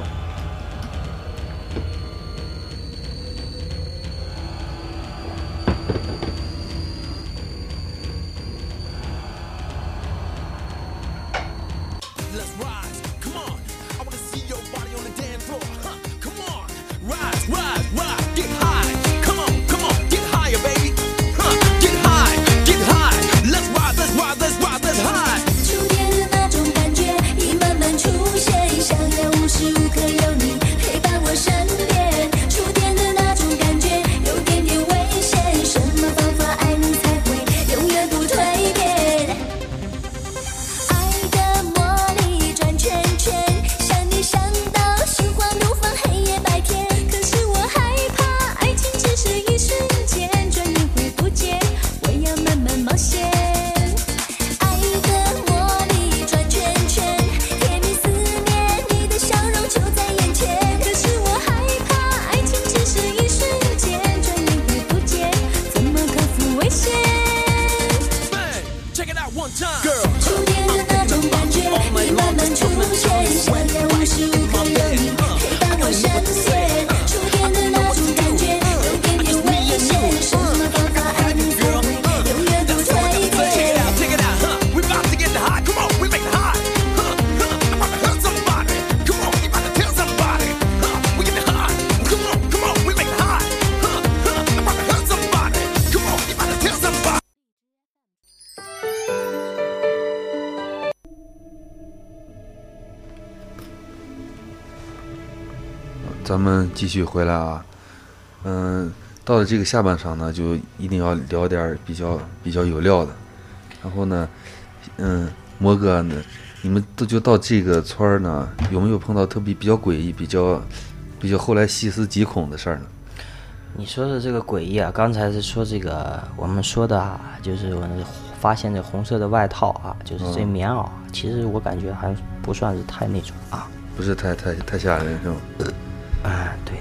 Let's rise. Come on. I wanna see your body on the dance floor. Huh. Come on. Rise, rise, rise. Get high. Come on, come on. Get higher, baby. Huh. Get high, get high. Let's rise, let's rise, let's rise, let's high.
触电的那种感觉已慢慢出现，想要无时无刻有你陪伴我身边。触电的那种感觉有点点危险，什么方法爱你才会永远不蜕变？爱的魔力转圈圈，想你想到心花怒放，黑夜白天。可是我害怕，爱情只是一瞬间，转眼会不见。我要慢慢冒险。爱的魔力转圈圈，甜蜜思念，你的笑容就在眼前。可是我害怕，爱情只是一瞬间，转眼会不见，怎么克服危险？
Bang. Check it out one time. Girl.
触电的那种感觉，你慢慢出现，想要无时无刻有你陪伴我身边。触电的那种感觉，有点点危险，什么方法爱你才会永远不
That's what we're gonna do. Check it
蜕变？
out, check it out. Huh. We about to get the high. Come on, we make the high. Huh, huh. I'm about to hurt somebody. Come on, you about to tell somebody. Huh. We get the high. Come on, come on, we make the high. Huh, huh. I'm about to hurt somebody. Come on, you about to tell somebody.
咱们继续回来啊，嗯，到了这个下半场呢，就一定要聊点儿比较比较有料的。然后呢，嗯，摩哥呢，你们都就到这个村儿呢，有没有碰到特别比较诡异、比较比较后来细思极恐的事儿呢？
你说的这个诡异啊，刚才是说这个我们说的啊，就是我们发现这红色的外套啊，就是这棉袄啊，其实我感觉还不算是太那种啊，
不是太太太吓人是吗？
啊，对，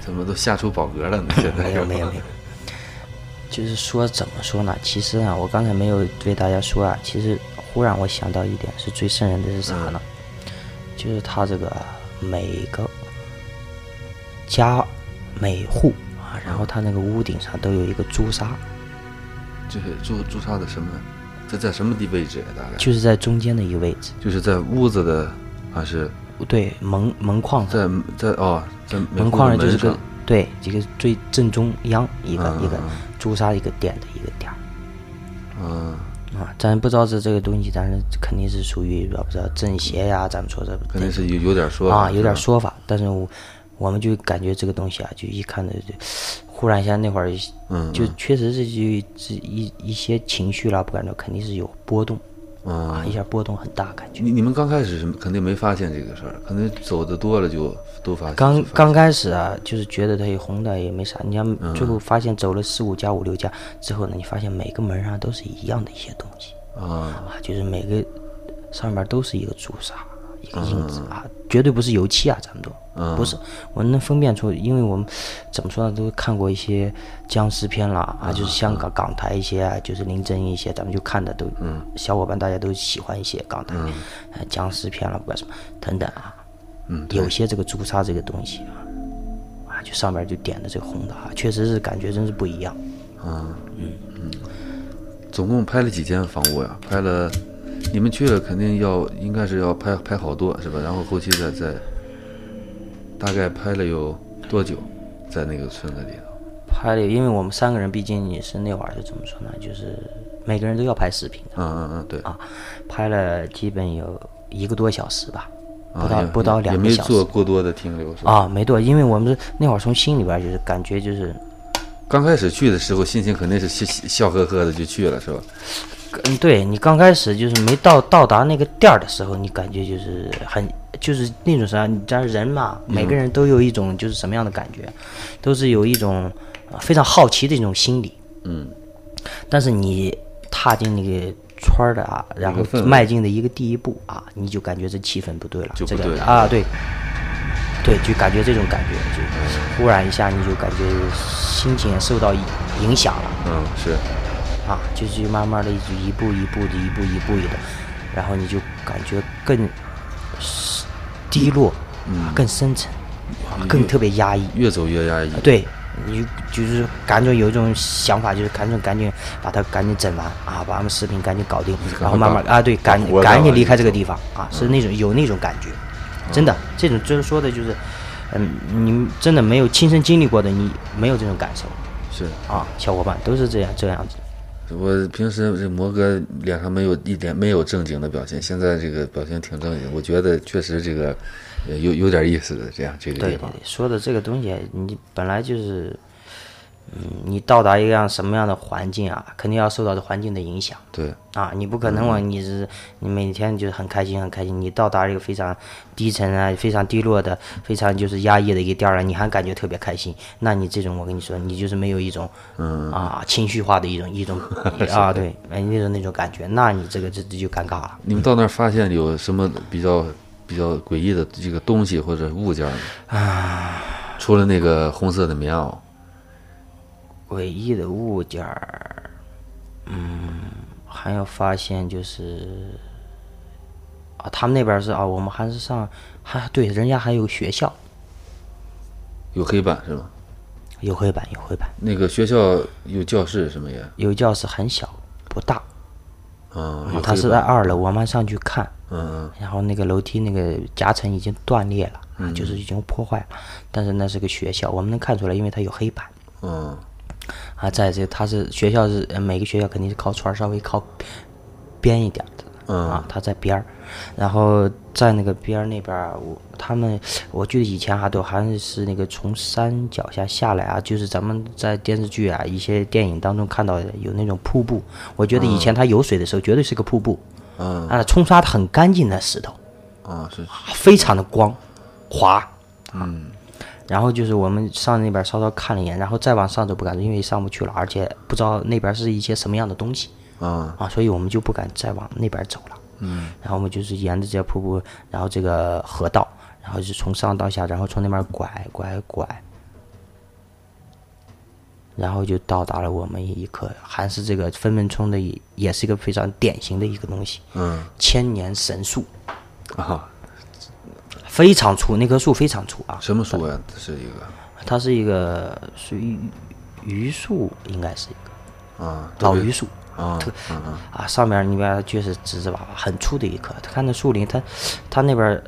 怎么都吓出饱嗝了呢？现在
没有没有没有，就是说怎么说呢？其实啊，我刚才没有对大家说啊，其实忽然我想到一点，是最瘆人的是啥呢？
嗯
就是他这个每个家每户
嗯
啊，然后他那个屋顶上都有一个朱砂，
这是朱朱砂的什么？这在什么地位置呀？大概
就是在中间的一个位置，
就是在屋子的，还是
对门门框上，
在在哦，在每
门
户
框
的
上就是
门
个
上
对一个最正中央一个、
嗯
一个
嗯嗯
朱砂一个点的一个点儿。
嗯。
啊，咱不知道是这个东西，咱是肯定是属于不知道正邪呀，咱们说这
肯定是有有点说法
啊，有点
是吧
说法，但是我我们就感觉这个东西啊，就一看着就，忽然一下那会儿，
嗯
就
嗯
确实是就这一一些情绪啦，不敢说肯定是有波动啊，一
嗯，
下波动很大，感觉
你你们刚开始是肯定没发现这个事儿，可能走的多了就都发现。
刚
就发现
刚开始啊，就是觉得它也红的也没啥，你
嗯
像最后发现走了四五家五六家之后呢，你发现每个门啊上都是一样的一些东西。
啊，
啊，就是每个上面都是一个朱砂，一个印
嗯
子啊，绝对不是油漆啊，咱们都、不是。我能分辨出，因为我们怎么说呢，都看过一些僵尸片啦啊，
嗯
就是香港港台一些啊，就是林正英一些，咱们就看的都，
嗯
小伙伴大家都喜欢一些港台、呃僵尸片啦，不管什么等等啊，
嗯，对
有些这个朱砂这个东西啊。啊，就上面就点的这个红的啊，确实是感觉真是不一样。
嗯总共拍了几间房屋呀？拍了，你们去了肯定要应该是要拍拍好多是吧？然后后期再再大概拍了有多久，在那个村子里头？
拍了，因为我们三个人毕竟也是那会儿是怎么说呢，就是每个人都要拍视频的
嗯嗯嗯，对，
啊，拍了基本有一个多小时吧，不到、
啊，也
不到两
也没
个小
做
时
过多的停留，是吧？
啊，没多，因为我们是那会儿从心里边儿就是感觉就是
刚开始去的时候，心情肯定是笑笑呵呵的就去了，是吧？
嗯，对你刚开始就是没到到达那个店儿的时候，你感觉就是很就是那种啥，你知道人嘛，
嗯
每个人都有一种就是什么样的感觉，都是有一种呃非常好奇的一种心理。
嗯，
但是你踏进那个圈儿的啊，然后
氛围
迈进的一个第一步啊，你就感觉这气氛不对了，
就
这
不对
个
了
啊，对，对，就感觉这种感觉，就忽然一下你就感觉心情也受到影响了。
嗯，是，
啊，就是慢慢的一直一步一步的，一步一步的，然后你就感觉更低落，
嗯
啊更深沉，啊更特别压抑。
越走越压抑。
对，你就就是赶紧有一种想法，就是赶紧赶紧把它赶紧整完啊，把我们视频赶紧搞定，然后慢慢啊，对，赶
活干
赶紧
完
离
就
开这个
走
地方啊，是那种有那种感觉，真的，这种就是说的就是，嗯，你真的没有亲身经历过的，你没有这种感受
是
啊，小伙伴都是这样这样子。
我平时这摩哥脸上没有一点没有正经的表情，现在这个表情挺正经，我觉得确实这个呃有有点意思的，这样这个
对
地
对
方
对，说的这个东西，你本来就是，嗯，你到达一样什么样的环境啊，肯定要受到这环境的影响
对
啊。你不可能我你是你每天就是很开心很开心，你到达一个非常低沉啊、非常低落的、非常就是压抑的一个地儿了，啊你还感觉特别开心，那你这种我跟你说，你就是没有一种嗯啊情绪化的一种一种啊对，哎那种那种感觉，那你这个这这就尴尬了。
你们到那儿发现有什么比较比较诡异的这个东西或者物件吗？啊，除了那个红色的棉袄，
诡异的物件儿，嗯，还有发现就是啊，他们那边儿是啊，我们还是上还对，人家还有学校，
有黑板是吗？
有黑板，有黑板，
那个学校有教室什么也，
有教室很小不大，
嗯，
啊
有
它
黑
是在
板，
二楼，我们还上去看，
嗯
然后那个楼梯那个夹层已经断裂了，啊，就是已经破坏了，但是那是个学校，我们能看出来，因为它有黑板。
嗯嗯，
啊，在这它是学校是呃每个学校肯定是靠窗稍微靠边一点儿的，
嗯
啊，它在边儿，然后在那个边儿那边儿，我他们我记得以前还都还是那个从山脚下下来啊，就是咱们在电视剧啊一些电影当中看到的有那种瀑布，我觉得以前它有水的时候绝对是个瀑布，
嗯
啊，冲刷的很干净的石头，
啊是
非常的光滑，嗯，然后就是我们上那边稍稍看了一眼，然后再往上走不敢，因为上不去了，而且不知道那边是一些什么样的东西
啊
啊，所以我们就不敢再往那边走了。嗯，然后我们就是沿着这瀑布，然后这个河道，然后就从上到下，然后从那边拐拐拐，然后就到达了我们一个还是这个分门冲的一，也是一个非常典型的一个东西，
嗯
千年神树。
啊，
非常粗，那棵树非常粗啊。
什么书呀？这是一个
它是一个属于榆树，应该是一个
啊，
老
榆
榆树
啊
特
嗯嗯
啊，上面你边就是直直巴巴，很粗的一棵。它看那树林，它它那边儿，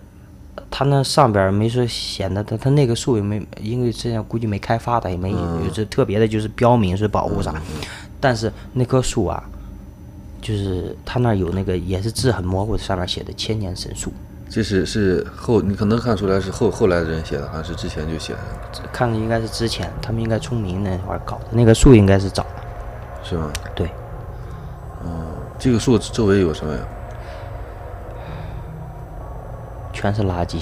它那上边儿没说显得它它那个树也没，因为这样估计没开发的，也没有这特别的，就是标明是保护啥。但是那棵树啊，就是它那儿有那个也是字很模糊，上面写的千年神树。
这是是后，你可能看出来是后后来的人写的，还是之前就写的，
看的应该是之前他们应该聪明那会儿搞的，那个树应该是早了。
是吗？
对，
这个树周围有什么呀？
全是垃圾，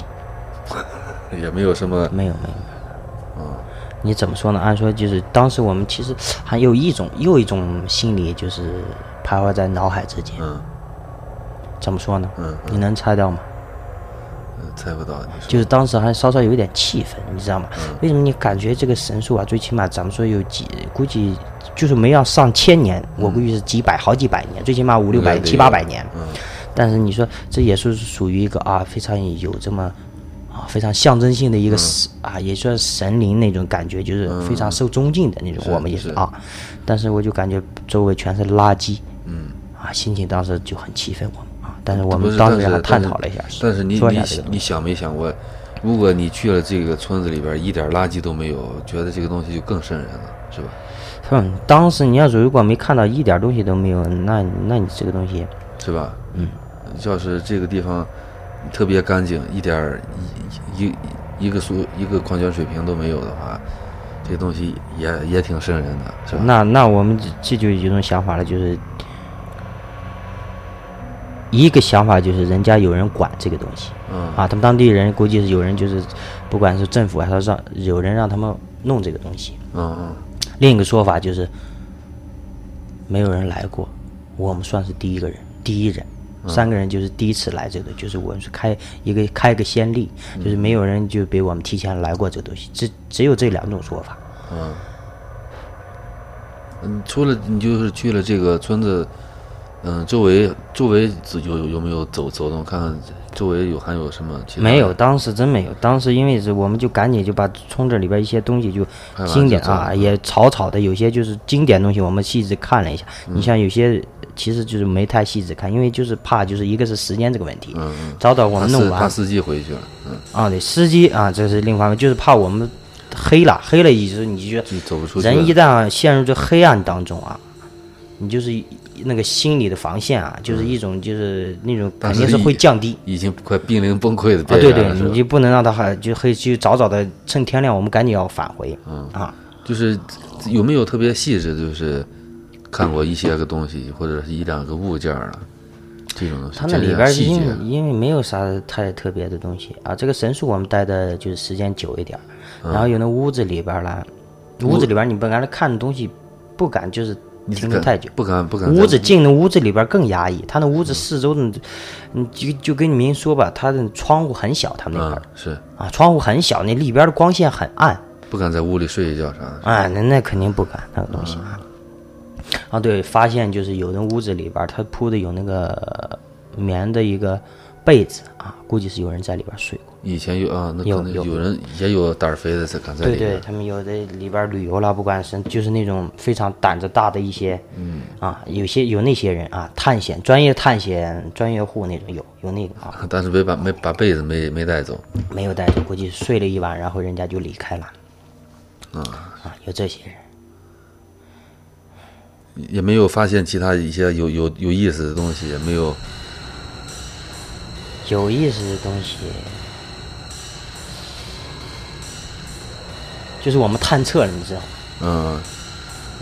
也没有什么，
没有没有。
啊
你怎么说呢？按说就是当时我们其实还有一种又一种心理，就是徘徊在脑海之间。
嗯，
怎么说呢？
嗯
你能猜到吗？
呃猜不到。你说
就是当时还稍稍有一点气愤，你知道吗？
嗯
为什么你感觉这个神树啊，最起码咱们说有几，估计就是没要上千年，我估计是几百、好几百年，最起码五六百、
应该得有
七八百年。
嗯
但是你说这也是属于一个啊，非常有这么啊非常象征性的
嗯
一个神、啊，也算神灵那种感觉，就是非常受尊敬的那种。
是
我们也是
是
啊，但是我就感觉周围全是垃圾，
嗯，
啊，心情当时就很气愤我们啊。但是我
不
们
是
当
但
时
是
还探
但是
讨了一下，
但是你
说一下这
你
个东西
你想没想过，如果你去了这个村子里边，一点垃圾都没有，觉得这个东西就更瘆人了，是吧？
哼，当时你要是如果没看到一点东西都没有，那那你这个东西，
是吧？嗯，要是这个地方特别干净，一点儿一一一个塑一个矿泉水瓶都没有的话，这东西也也挺瘆人的，是吧？
那那我们这这就有一种想法了，就是一个想法就是人家有人管这个东西，
嗯
啊，他们当地人估计是有人就是，不管是政府还是让有人让他们弄这个东西。
嗯
另一个说法就是，没有人来过，我们算是第一个人，第一人。
嗯
三个人就是第一次来这个，就是我们是开一个开一个先例，
嗯
就是没有人就比我们提前来过这个东西，只只有这两种说法。
嗯嗯嗯，除了你就是去了这个村子，嗯，周围周围走有有有没有走走动看看周围有还有什么其他的？
没有，当时真没有。当时因为是我们就赶紧就把村子里边一些东西就
拍完
经典
嗯就走
啊，也草草的，有些就是经典东西，我们细致看了一下。
嗯
你像有些其实就是没太细致看，因为就是怕就是一个是时间这个问题，早早
怕
我们
司
弄
嗯怕
完
司机回去了，嗯，
啊，对，司机啊，这是另方面，就是怕我们黑了，黑了以后你就
就走不出去了。
人一旦陷入这黑暗当中啊，你就是一那个心理的防线啊，就是一种就是那种肯
但
定
嗯是
是会
一
降低。
已经快濒临崩溃的
啊，
边
对
缘
对，
了，是吧
你就不能让他还就黑就早早的趁天亮，我们赶紧要返回。嗯啊，
就是有没有特别细致，就是看过一些个东西，或者是一两个物件儿了，啊这种东西。
他那
这
里
点
边儿
细
因
节
为，因为没有啥太特别的东西啊。这个神树我们待的就是时间久一点儿，
嗯
然后有那屋子里边儿啦，屋子里边儿你本来看的东西不敢就是
你
停留
敢
太久。
不敢不敢在。
屋子进那屋子里边儿更压抑，他那屋子四周的，嗯，就就跟你们说吧，他的窗户很小，他们那块
啊
儿、，
是
啊，窗户很小，那里边儿的光线很暗，
不敢在屋里睡一觉啥的。
啊，那那肯定不敢那个东西。
嗯
啊，对，发现就是有人屋子里边儿，他铺的有那个棉的一个被子啊，估计是有人在里边儿睡过。
以前有啊，那
有
可能
有
有人也有胆儿肥的在敢在
对
里边
对，
儿。
他们有的里边儿旅游啦，不管是就是那种非常胆子大的一些，嗯啊，有些有那些人啊，探险专业探险专业户那种有有那个啊，
但是没把没把被子没没带走，
没有带走，估计睡了一晚，然后人家就离开了。啊啊，有这些人。
也没有发现其他一些有有有意思的东西，也没有
有意思的东西，就是我们探测了，你知道吗？
嗯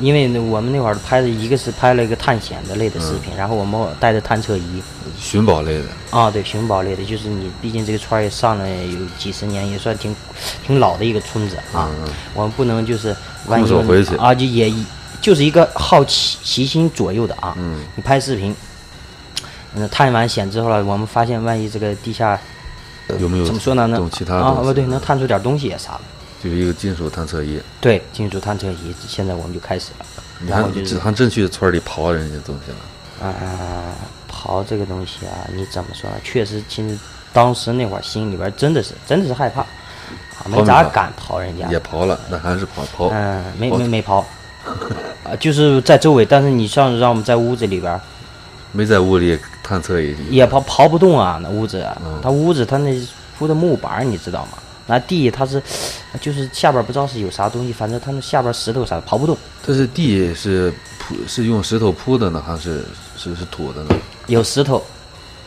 因为那我们那会儿拍的一个是拍了一个探险的类的视频，然后我们带着探测仪
寻宝类的。
啊，对寻宝类的，就是你毕竟这个村儿也上了有几十年，也算挺挺老的一个村子啊，我们不能就是万一
嗯空手回去
啊，就也就是一个好奇奇心左右的啊，你拍视频，嗯，探完险之后了，我们发现万一这个地下。
有没有
怎么说呢？
这
能
种其他
啊，
东西
不对，能探出点东西也啥了。
就是一个金属探测仪，
对，进入探测仪，现在我们就开始了。
你
然
还
后就是
这还真去村儿里刨人家东西了。
啊、刨这个东西啊，你怎么说呢？确实，其实当时那会儿心里边真的是真的是害怕，啊，没咋敢刨人家。
也刨了，那还是刨刨。
嗯，没没没刨，啊，就是在周围，但是你上次让我们在屋子里边儿
没在屋里探测一下。
也刨刨不动啊，那屋子啊，
嗯
它屋子它那铺的木板儿你知道吗？那地它是，就是下边儿不知道是有啥东西，反正它那下边儿石头啥的刨不动。
这是地是铺是用石头铺的呢，还是是是土的呢？
有石头，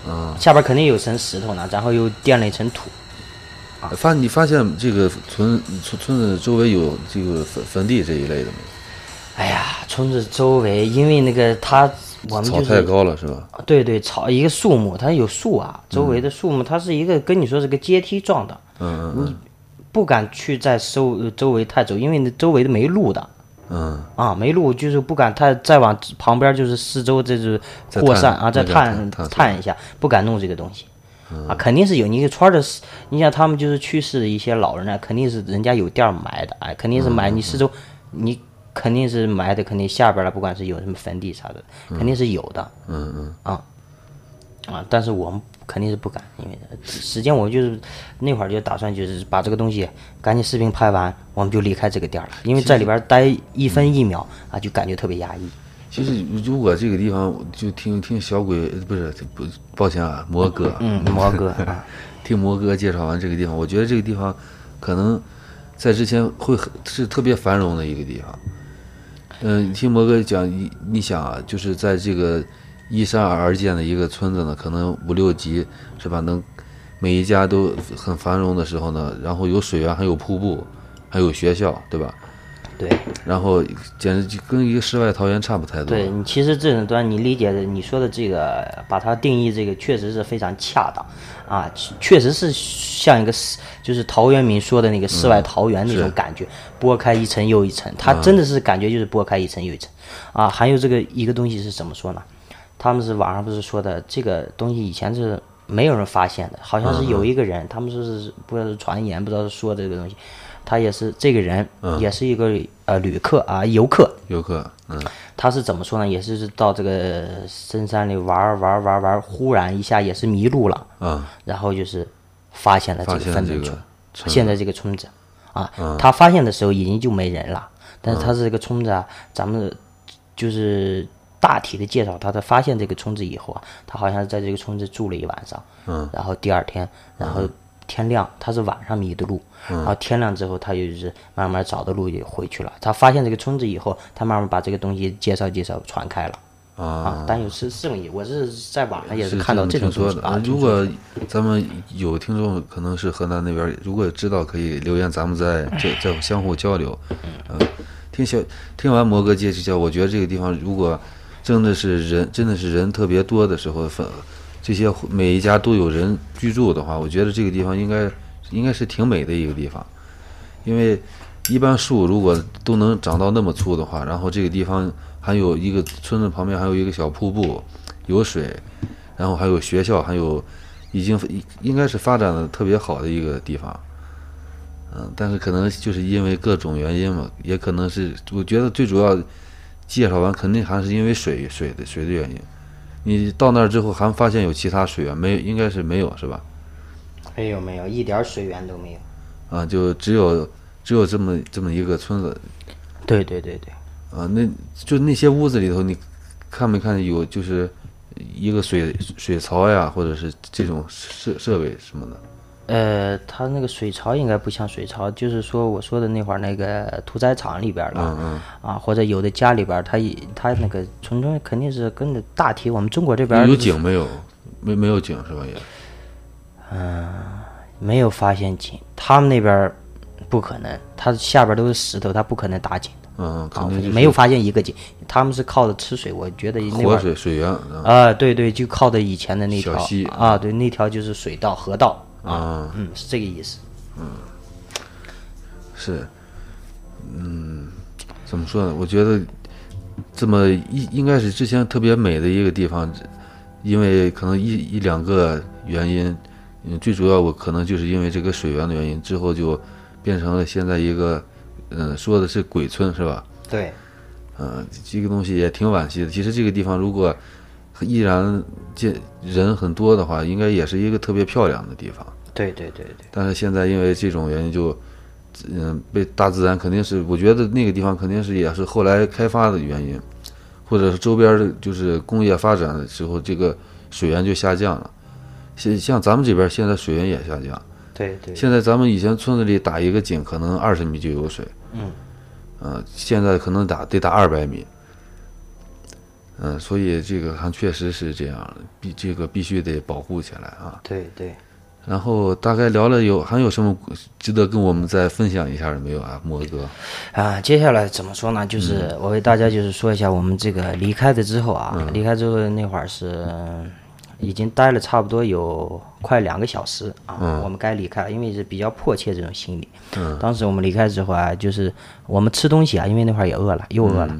啊、
下边肯定有层石头呢，然后又垫了一层土。啊
发你发现这个村村村子周围有这个坟坟地这一类的吗？
哎呀，村子周围因为那个它，我们
草
就
太
是
高嗯了是吧？
对对草一个树木，它有树啊，周围的树木它是一个跟你说是个阶梯状的，
嗯嗯
不敢去在周周围太走，因为那周围都没路的。
嗯
啊，没路就是不敢太再往旁边就是四周这就是
再
扩
探
散啊，再
再
探
探嗯探索
一下，不敢弄这个东西。啊，肯定是有。你村儿的，你像他们就是去世的一些老人呢，肯定是人家有地儿埋的，哎，肯定是
嗯
埋。你四周，你肯定是埋的，肯定下边儿了，不管是有什么坟地啥的，肯定是有的。
嗯嗯
啊啊！但是我们肯定是不敢，因为时间我们就是那会儿就打算就是把这个东西赶紧视频拍完，我们就离开这个店儿了，因为在里边儿待一分一秒啊，就感觉特别压抑。
其就是如果这个地方我就听听小鬼，不是不抱歉啊，魔哥，
嗯，魔哥啊，
听魔哥介绍完这个地方，我觉得这个地方可能在之前会很是特别繁荣的一个地方。嗯，听魔哥讲，你你想啊，就是在这个依山而建的一个村子呢，可能五六级是吧？能每一家都很繁荣的时候呢，然后有水源，还有瀑布，还有学校，对吧？
对
然后简直就跟一个世外桃源差不太多。
对，你其实这种端你理解的，你说的这个，把它定义这个确实是非常恰当，啊，确确实是像一个世就是陶渊明说的那个世外桃源那种感觉，拨开一层又一层，它真的是感觉就是拨开一层又一层，啊，还有这个一个东西是怎么说呢？他们是网上不是说的这个东西以前是没有人发现的，好像是有一个人，他们说是不知道是传言，不知道是说的这个东西，他也是这个人、也是一个呃旅客啊游客，
游客，嗯，
他是怎么说呢？也是到这个深山里玩儿玩儿玩儿玩儿，忽然一下也是迷路了，
啊，
然后就是发现了这
发
个
现
分
这
屯
个
村，
村子嗯
现在这个村子啊，他发现的时候已经就没人了，但是他是这个村子啊，咱们就是大体的介绍他，他发现这个村子以后啊，他好像在这个村子住了一晚上，嗯，然后第二天，然
嗯
后天亮，他是晚上迷的路，然后天亮之后，他就是慢慢找的路也回去了。他发现这个村子以后，他慢慢把这个东西介绍介绍传开了。啊，但有是这么一，我是在网上也
是
看到
这
这种
么听
东
说
西
的。
啊。
如
听说
果咱们有听众可能是河南那边儿，如果知道可以留言，咱们
*laughs*
再再再相互交流。嗯，听小听完摩哥介绍，我觉得这个地方如果真的是人真的是人特别多的时候，分这些每一家都有人居住的话，我觉得这个地方应该应该是挺美的一个地方，因为。一般树如果都能长到那么粗的话，然后这个地方还有一个村子旁边还有一个小瀑布，有水，然后还有学校，还有已经应应该是发展的特别好的一个地方。嗯，但是可能就是因为各种原因嘛，也可能是我觉得最主要介绍完肯定还是因为水水的水的原因。你到那儿之后还发现有其他水源没有？应该是没有是吧？
没哎有没有，一点水源都没有。
啊，就只有只有这么这么一个村子
对对对对，
啊，那就那些屋子里头，你看没看见有就是一个水水槽呀，或者是这种设设备什么的？
呃，它那个水槽应该不像水槽，就是说我说的那会儿那个屠宰场里边儿的，
嗯
啊，或者有的家里边儿，它也它那个村庄肯定是跟着大体我们中国这边儿
有井没有？没没有井是吧？也
没有发现井，他们那边儿不可能，它下边儿都是石头，它不可能打井的，
嗯，
啊
肯定就是
没有发现一个井，他们是靠着吃水，我觉得那会
活
儿
水水源嗯
啊，对对，就靠着以前的那
小
条
溪
啊，对，那条就是水道河道啊，
啊，
嗯，是这个意思。
是，嗯，怎么说呢？我觉得这么应应该是之前特别美的一个地方，因为可能一一两个原因，嗯，最主要我可能就是因为这个水源的原因，之后就变成了现在一个，嗯，说的是鬼村是吧？
对，
嗯，这个东西也挺惋惜的。其实这个地方如果依然见人很多的话，应该也是一个特别漂亮的地方。
对对对对。
但是现在因为这种原因就，嗯，被大自然肯定是，我觉得那个地方肯定是也是后来开发的原因，或者是周边的就是工业发展的时候，这个水源就下降了。像像咱们这边现在水源也下降，
对对，
现在咱们以前村子里打一个井，可能二十米就有水，嗯，呃，现在可能打得打二百米，嗯、所以这个还确实是这样的，必这个必须得保护起来啊。
对对，
然后大概聊了有还有什么值得跟我们再分享一下的没有啊，莫哥？
啊，接下来怎么说呢？就是
嗯
我给大家就是说一下我们这个离开的之后啊，离开之后那会儿是嗯已经待了差不多有快两个小时啊，
嗯
我们该离开了，因为是比较迫切这种心理。当时我们离开之后啊，就是我们吃东西啊，因为那会儿也饿了，又饿了。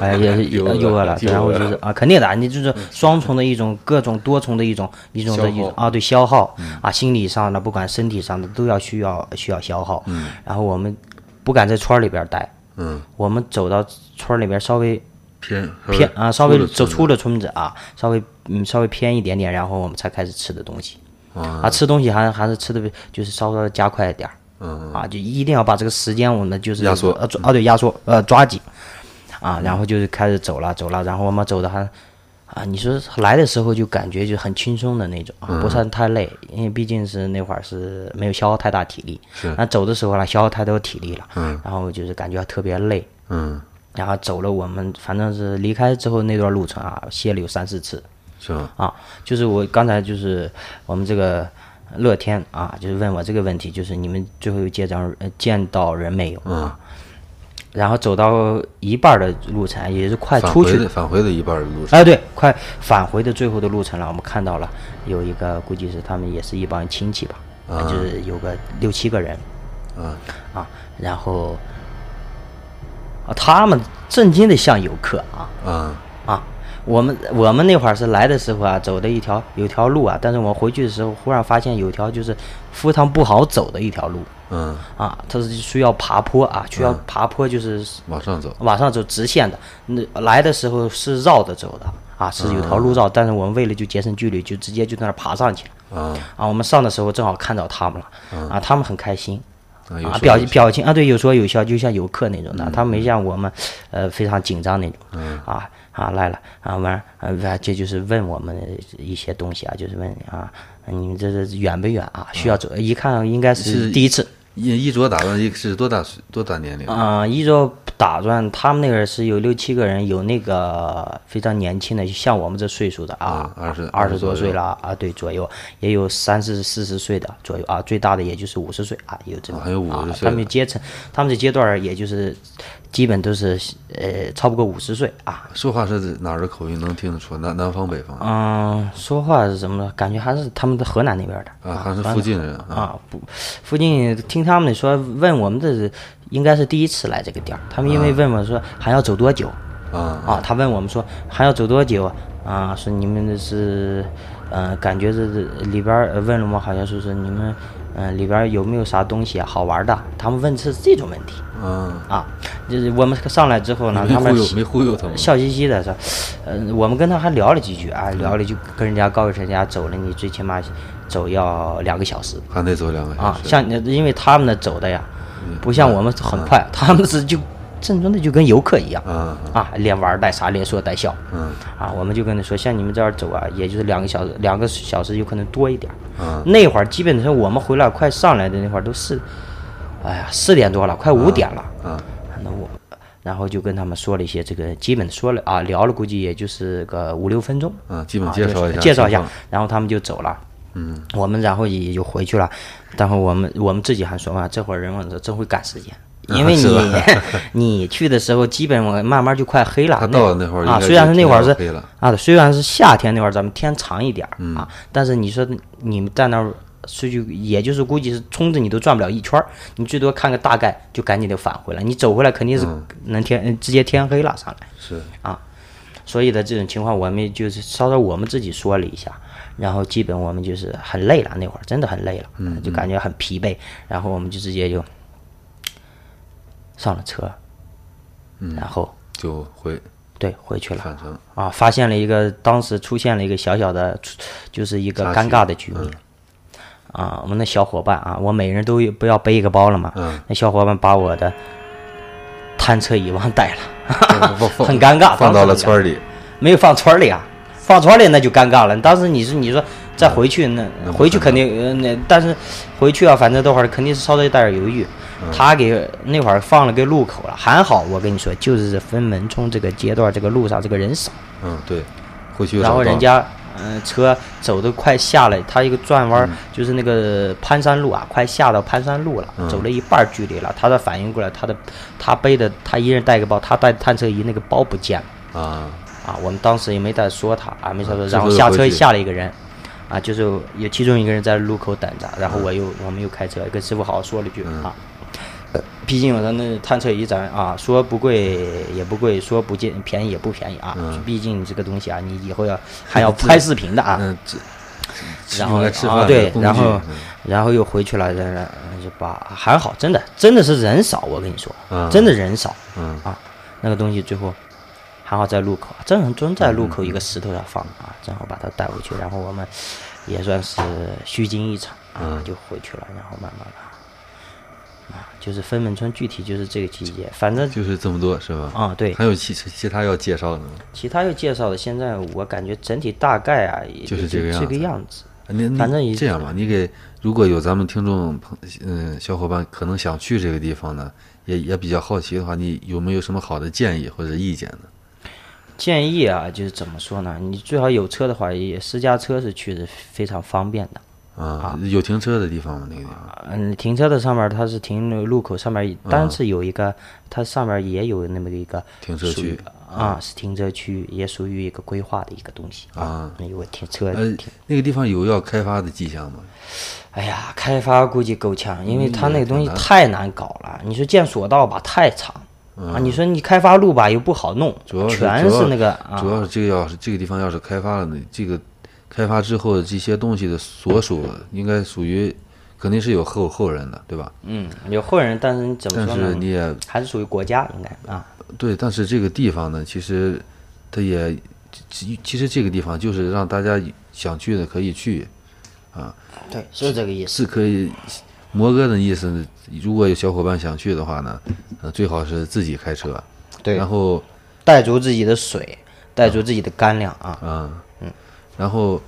哎，也是
嗯 *laughs* 又饿了
又饿了，
又
然后
饿
就是啊，肯定的啊，你就是双重的一种，各种多重的一种，一种的一种啊，对消耗啊，心理上的，不管身体上的，都要需要需要消耗。然后我们不敢在村儿里边儿待，
嗯，
我们走到村儿里边儿稍微
偏
偏啊，稍微走出
了
了村子啊，稍微嗯稍微偏一点点，然后我们才开始吃的东西。啊，吃东西还还是吃的就是稍稍加快一点儿。
嗯
啊，就一定要把这个时间我们就是
压缩嗯
呃抓啊对压缩呃抓紧。啊，然后就是开始走了走了，然后我们走的还啊，你说来的时候就感觉就很轻松的那种啊，
嗯
不算太累，因为毕竟是那会儿是没有消耗太大体力，那走的时候呢消耗太多体力了，然后就是感觉特别累，
嗯，
然后走了我们反正是离开之后那段路程啊，歇了有三四次，
是吧？
啊，就是我刚才就是我们这个乐天啊，就是问我这个问题，就是你们最后见着呃见到人没有
嗯
啊？然后走到一半儿的路程，啊也就是快
返
出去
回
的
的，返回的一半儿的路上，
哎，对，快返回的最后的路程了，我们看到了有一个，估计是他们也是一帮亲戚吧，啊就是有个六七个人，
啊
啊，然后啊，他们震惊的像游客啊，
啊
啊，我们我们那会儿是来的时候啊，走的一条有条路啊，但是我回去的时候忽然发现有条就是非常不好走的一条路
嗯，
啊，它是需要爬坡啊，需要爬坡就是
往上走，
往上走直线的，那来的时候是绕着走的啊，是有条路绕，但是我们为了就节省距离，就直接就在那儿爬上去了。
啊
啊，我们上的时候正好看到他们了，啊，他们很开心，
啊有
啊，
说
表
有嗯
表情啊，对，有说有笑，就像游客那种的，他没像我们，呃，非常紧张那种，啊啊来了啊，完啊，这就是问我们一些东西啊，就是问啊，你们这是远不远啊？需要走，一看应该
嗯
是
是
第一次，
衣衣着打扮是多大岁多大年龄？
啊、依照打算，他们那个是有六七个人，有那个非常年轻的，像我们这岁数的啊，
嗯20
二十
左
多
右
岁了啊，对左右，也有三四四十岁的左右啊，最大的也就是五十岁啊，也有这种
啊还有50岁
他们
的
阶层，他们这阶段儿也就是基本都是呃超不过五十岁啊。
说话是哪儿的口音能听得出？南南方北方
嗯，说话是什么呢？感觉还是他们的河南那边儿的
啊，还是附近人啊？
啊，不，附近听他们说问我们这是应该是第一次来这个店儿，他们因为问我说还要走多久
啊
啊，他问我们说还要走多久啊啊，说你们这是，呃，感觉这是里边儿呃问了我们好像是说你们，嗯、里边儿有没有啥东西啊好玩儿的？他们问是这种问题
啊，
啊，就是我们上来之后呢，
没
啊他们
忽悠没忽悠他们，
笑嘻嘻的说，呃，我们跟他还聊了几句啊，聊了就跟人家告诉人家走了，你最起码走要两个小时。
还得走两个小
啊，
时
像因为他们那走的呀，
嗯
不像我们很快，他们是就正宗的就跟游客一样
啊
啊，连玩儿带啥，连说带笑，
嗯
啊，我们就跟他说，像你们这儿走啊，也就是两个小时，两个小时有可能多一点儿，
嗯
那会儿基本上我们回来快上来的那会儿都是，哎呀，四点多了，快五点了，
啊
那我。然后就跟他们说了一些这个，基本说了啊，聊了估计也就是个五六分钟，
啊，基本
啊
介绍
就
一
是
下，
介绍一下，，然后他们就走了。
嗯，
我们然后也就回去了，然后我们我们自己还说嘛，这会儿人们说真会赶时间，
*laughs*
因为你、 *laughs* 你去的时候基本我慢慢就快黑了，
他
那
到了那会儿应
啊，
该
虽然是那会儿
就是天要黑了嗯
啊，虽然是夏天那会儿咱们天长一点儿、啊，但是你说你们在那儿。出去也就是估计是冲着你都转不了一圈儿，你最多看个大概就赶紧得返回来。你走回来肯定是能天、呃直接天黑了上来。
嗯是
啊，所以的这种情况，我们就是稍稍我们自己说了一下，然后基本我们就是很累了，那会儿真的很累了，
嗯
就感觉很疲惫，然后我们就直接就上了车，然后
嗯就回
对回去了
返程
啊，发现了一个当时出现了一个小小的，就是一个
插
尴
曲
尬的局面。啊，我们那小伙伴啊，我每人都有不要背一个包了嘛。
嗯
那小伙伴把我的探测仪忘
*laughs*
带了，
放放
*laughs* 很尴尬，
放到了
当时很尴尬
村儿里，
没有放村儿里啊，放村儿里那就尴尬了。当时你是你说再回去那
嗯那不
回去
可
肯
能
定呃那，但是回去啊，反正这会儿肯定是稍微带点犹豫。
嗯
他给那会儿放了个路口了，还好我跟你说，就是这分门冲这个阶段，这个路上这个人少，
嗯，对，回去又
然
找
后
到
人
了
家呃车走的快下来，他一个转弯儿、
嗯
就是那个攀山路啊，快下到攀山路了，
嗯
走了一半儿距离了，他才反应过来，他的他背的他一人带个包，他带探测仪那个包不见了。
啊，
啊，我们当时也没再说他啊，没再说，
嗯
然后
最后
下
回
车
去
下了一个人，啊，就是有其中一个人在路口等着，然后我又
嗯
我们又开车跟师傅好好说了句啊，毕竟我的那探测仪咱啊说不贵也不贵，说不见便宜也不便宜啊，毕竟这个东西啊，你以后要还要拍视频的啊，
嗯嗯，这这
然
用
后
来吃
啊
饭
对
的，工
然
具
后
嗯
然后又回去了，然然就把还好，真的真的是人少，我跟你说，
嗯
真的人少，
嗯
啊，那个东西最后还好在路口，正好真在路口一个石头上放啊，正好把它带回去，然后我们
嗯
也算是虚惊一场啊，就回去了，然后慢慢的。啊，就是分门村具体就是这个季节，
嗯
反正
就是这么多是吧？
啊对
还有其其他要介绍的吗？
其他又介绍的，现在我感觉整体大概啊，也
就是
也
这个样
这个
子
样子。
啊你你
反正也
这样吧，你给如果有咱们听众朋嗯小伙伴可能想去这个地方呢，也也比较好奇的话，你有没有什么好的建议或者意见呢？
建议啊，就是怎么说呢？你最好有车的话，也私家车是去的非常方便的。
啊，有停车的地方吗？那个地方
嗯，停车的上面它是停路口上面，
啊
但是有一个，它上面也有那么一个
停车
属于
区
啊，是停车区，也属于一个规划的一个东西啊。有个停车
呃
停，，
那个地方有要开发的迹象吗？
哎呀，开发估计够呛，
嗯
因为它那个东西
挺难
太难搞了。你说建索道吧，太长啊；你说你开发路吧，又不好弄
嗯主要，
全
主要
是那个啊
主。要是这个要是这个地方要是开发了呢，这个开发之后的这些东西的所属应该属于肯定是有后后人的，对吧？
嗯，有后人，但是你怎么
但
说
是
呢？
你也
还是属于国家应该啊。
对，但是这个地方呢，其实它也其其实这个地方就是让大家想去的可以去，
对，是这个意思。
是可以。摩哥的意思呢，如果有小伙伴想去的话呢，呃，最好是自己开车，
对
然后
带足自己的水，带足自己的干粮啊。
嗯，然后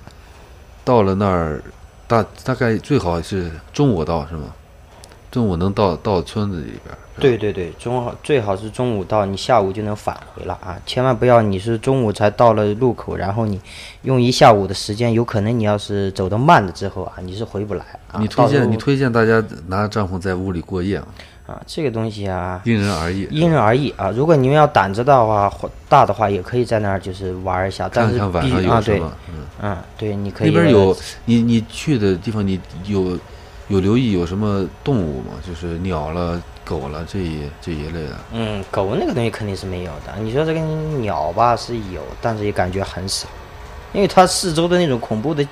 到了那儿，大大概最好是中午到是吗？中午能到到村子里边儿，
对对对，中好最好是中午到，你下午就能返回了啊！千万不要你是中午才到了路口，然后你用一下午的时间，有可能你要是走得慢了之后啊，你是回不来啊。
你推
到时候
荐你推荐大家拿帐篷在屋里过夜吗？
啊，这个东西啊，
因人而异，
因人而异啊。如果你们要胆子大的话，或大的话，也可以在那儿就是玩一下，但
看
是
看晚
必
上
须啊，
有什
对
么，。嗯，
嗯，对，你可以
那边有你你去的地方，你有有留意有什么动物吗？就是鸟了、狗了这一这一类的。
嗯，狗那个东西肯定是没有的。你说这个鸟吧是有，但是也感觉很少，因为它四周的那种恐怖的，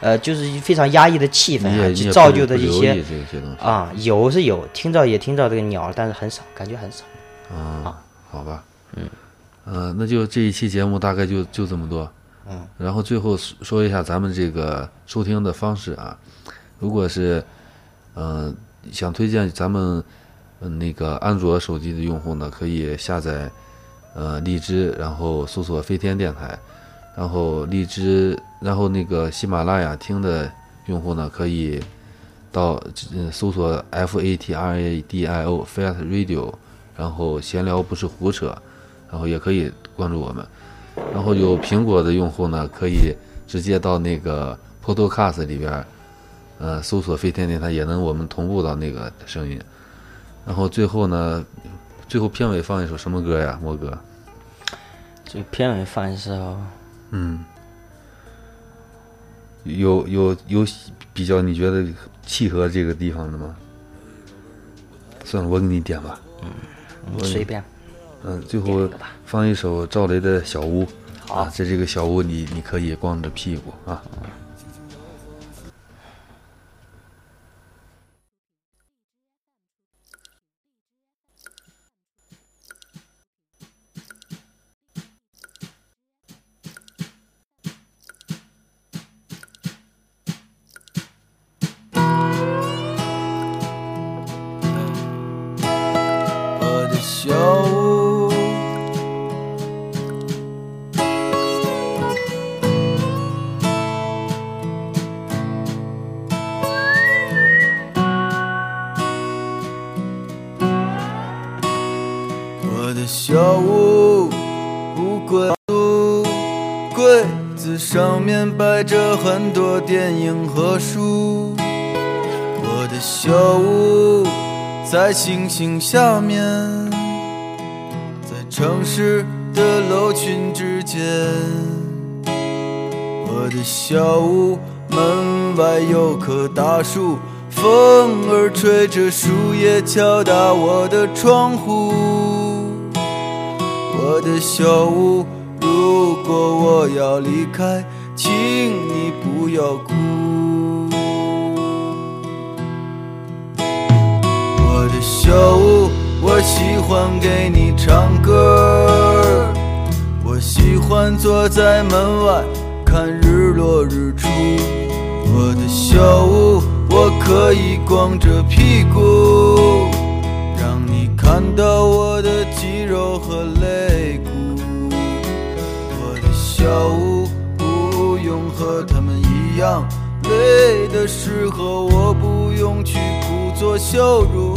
呃，就是非常压抑的气氛
你
啊
也，你也
就
不
造就的
不
一
留
些
意这些东西
啊，有是有，听到也听到这个鸟，但是很少，感觉很少。
啊，好吧，嗯，呃，那就这一期节目大概就就这么多，嗯，然后最后说说一下咱们这个收听的方式啊，如果是，嗯、想推荐咱们，嗯，那个安卓手机的用户呢，可以下载，呃，荔枝，然后搜索飞天电台，然后荔枝，然后那个喜马拉雅听的用户呢，可以到嗯搜索 F A T R A D I O Fat Radio，然后闲聊不是胡扯，然后也可以关注我们。然后有苹果的用户呢，可以直接到那个 Podcast 里边儿，呃，搜索飞天电台，也能我们同步到那个声音。然后最后呢，最后片尾放一首什么歌呀，莫哥？
这个片尾放一首，
有有有比较你觉得契合这个地方的吗？算了，我给你点吧。
你随便。
嗯，最后放一首赵雷的小屋。啊，在这个小屋里，你可以光着屁股啊。
我的小屋。我的小屋，乌龟屋，柜子上面摆着很多电影和书。我的小屋在星星下面，在城市的楼群之间。我的小屋门外有棵大树，风儿吹着树叶敲打我的窗户。我的小屋，如果我要离开，请你不要哭。我的小屋，我喜欢给你唱歌儿，我喜欢坐在门外看日落日出。我的小屋，我可以光着屁股。让你看到我的肌肉和肋骨。我的小屋不用和他们一样，累的时候我不用去故作羞辱。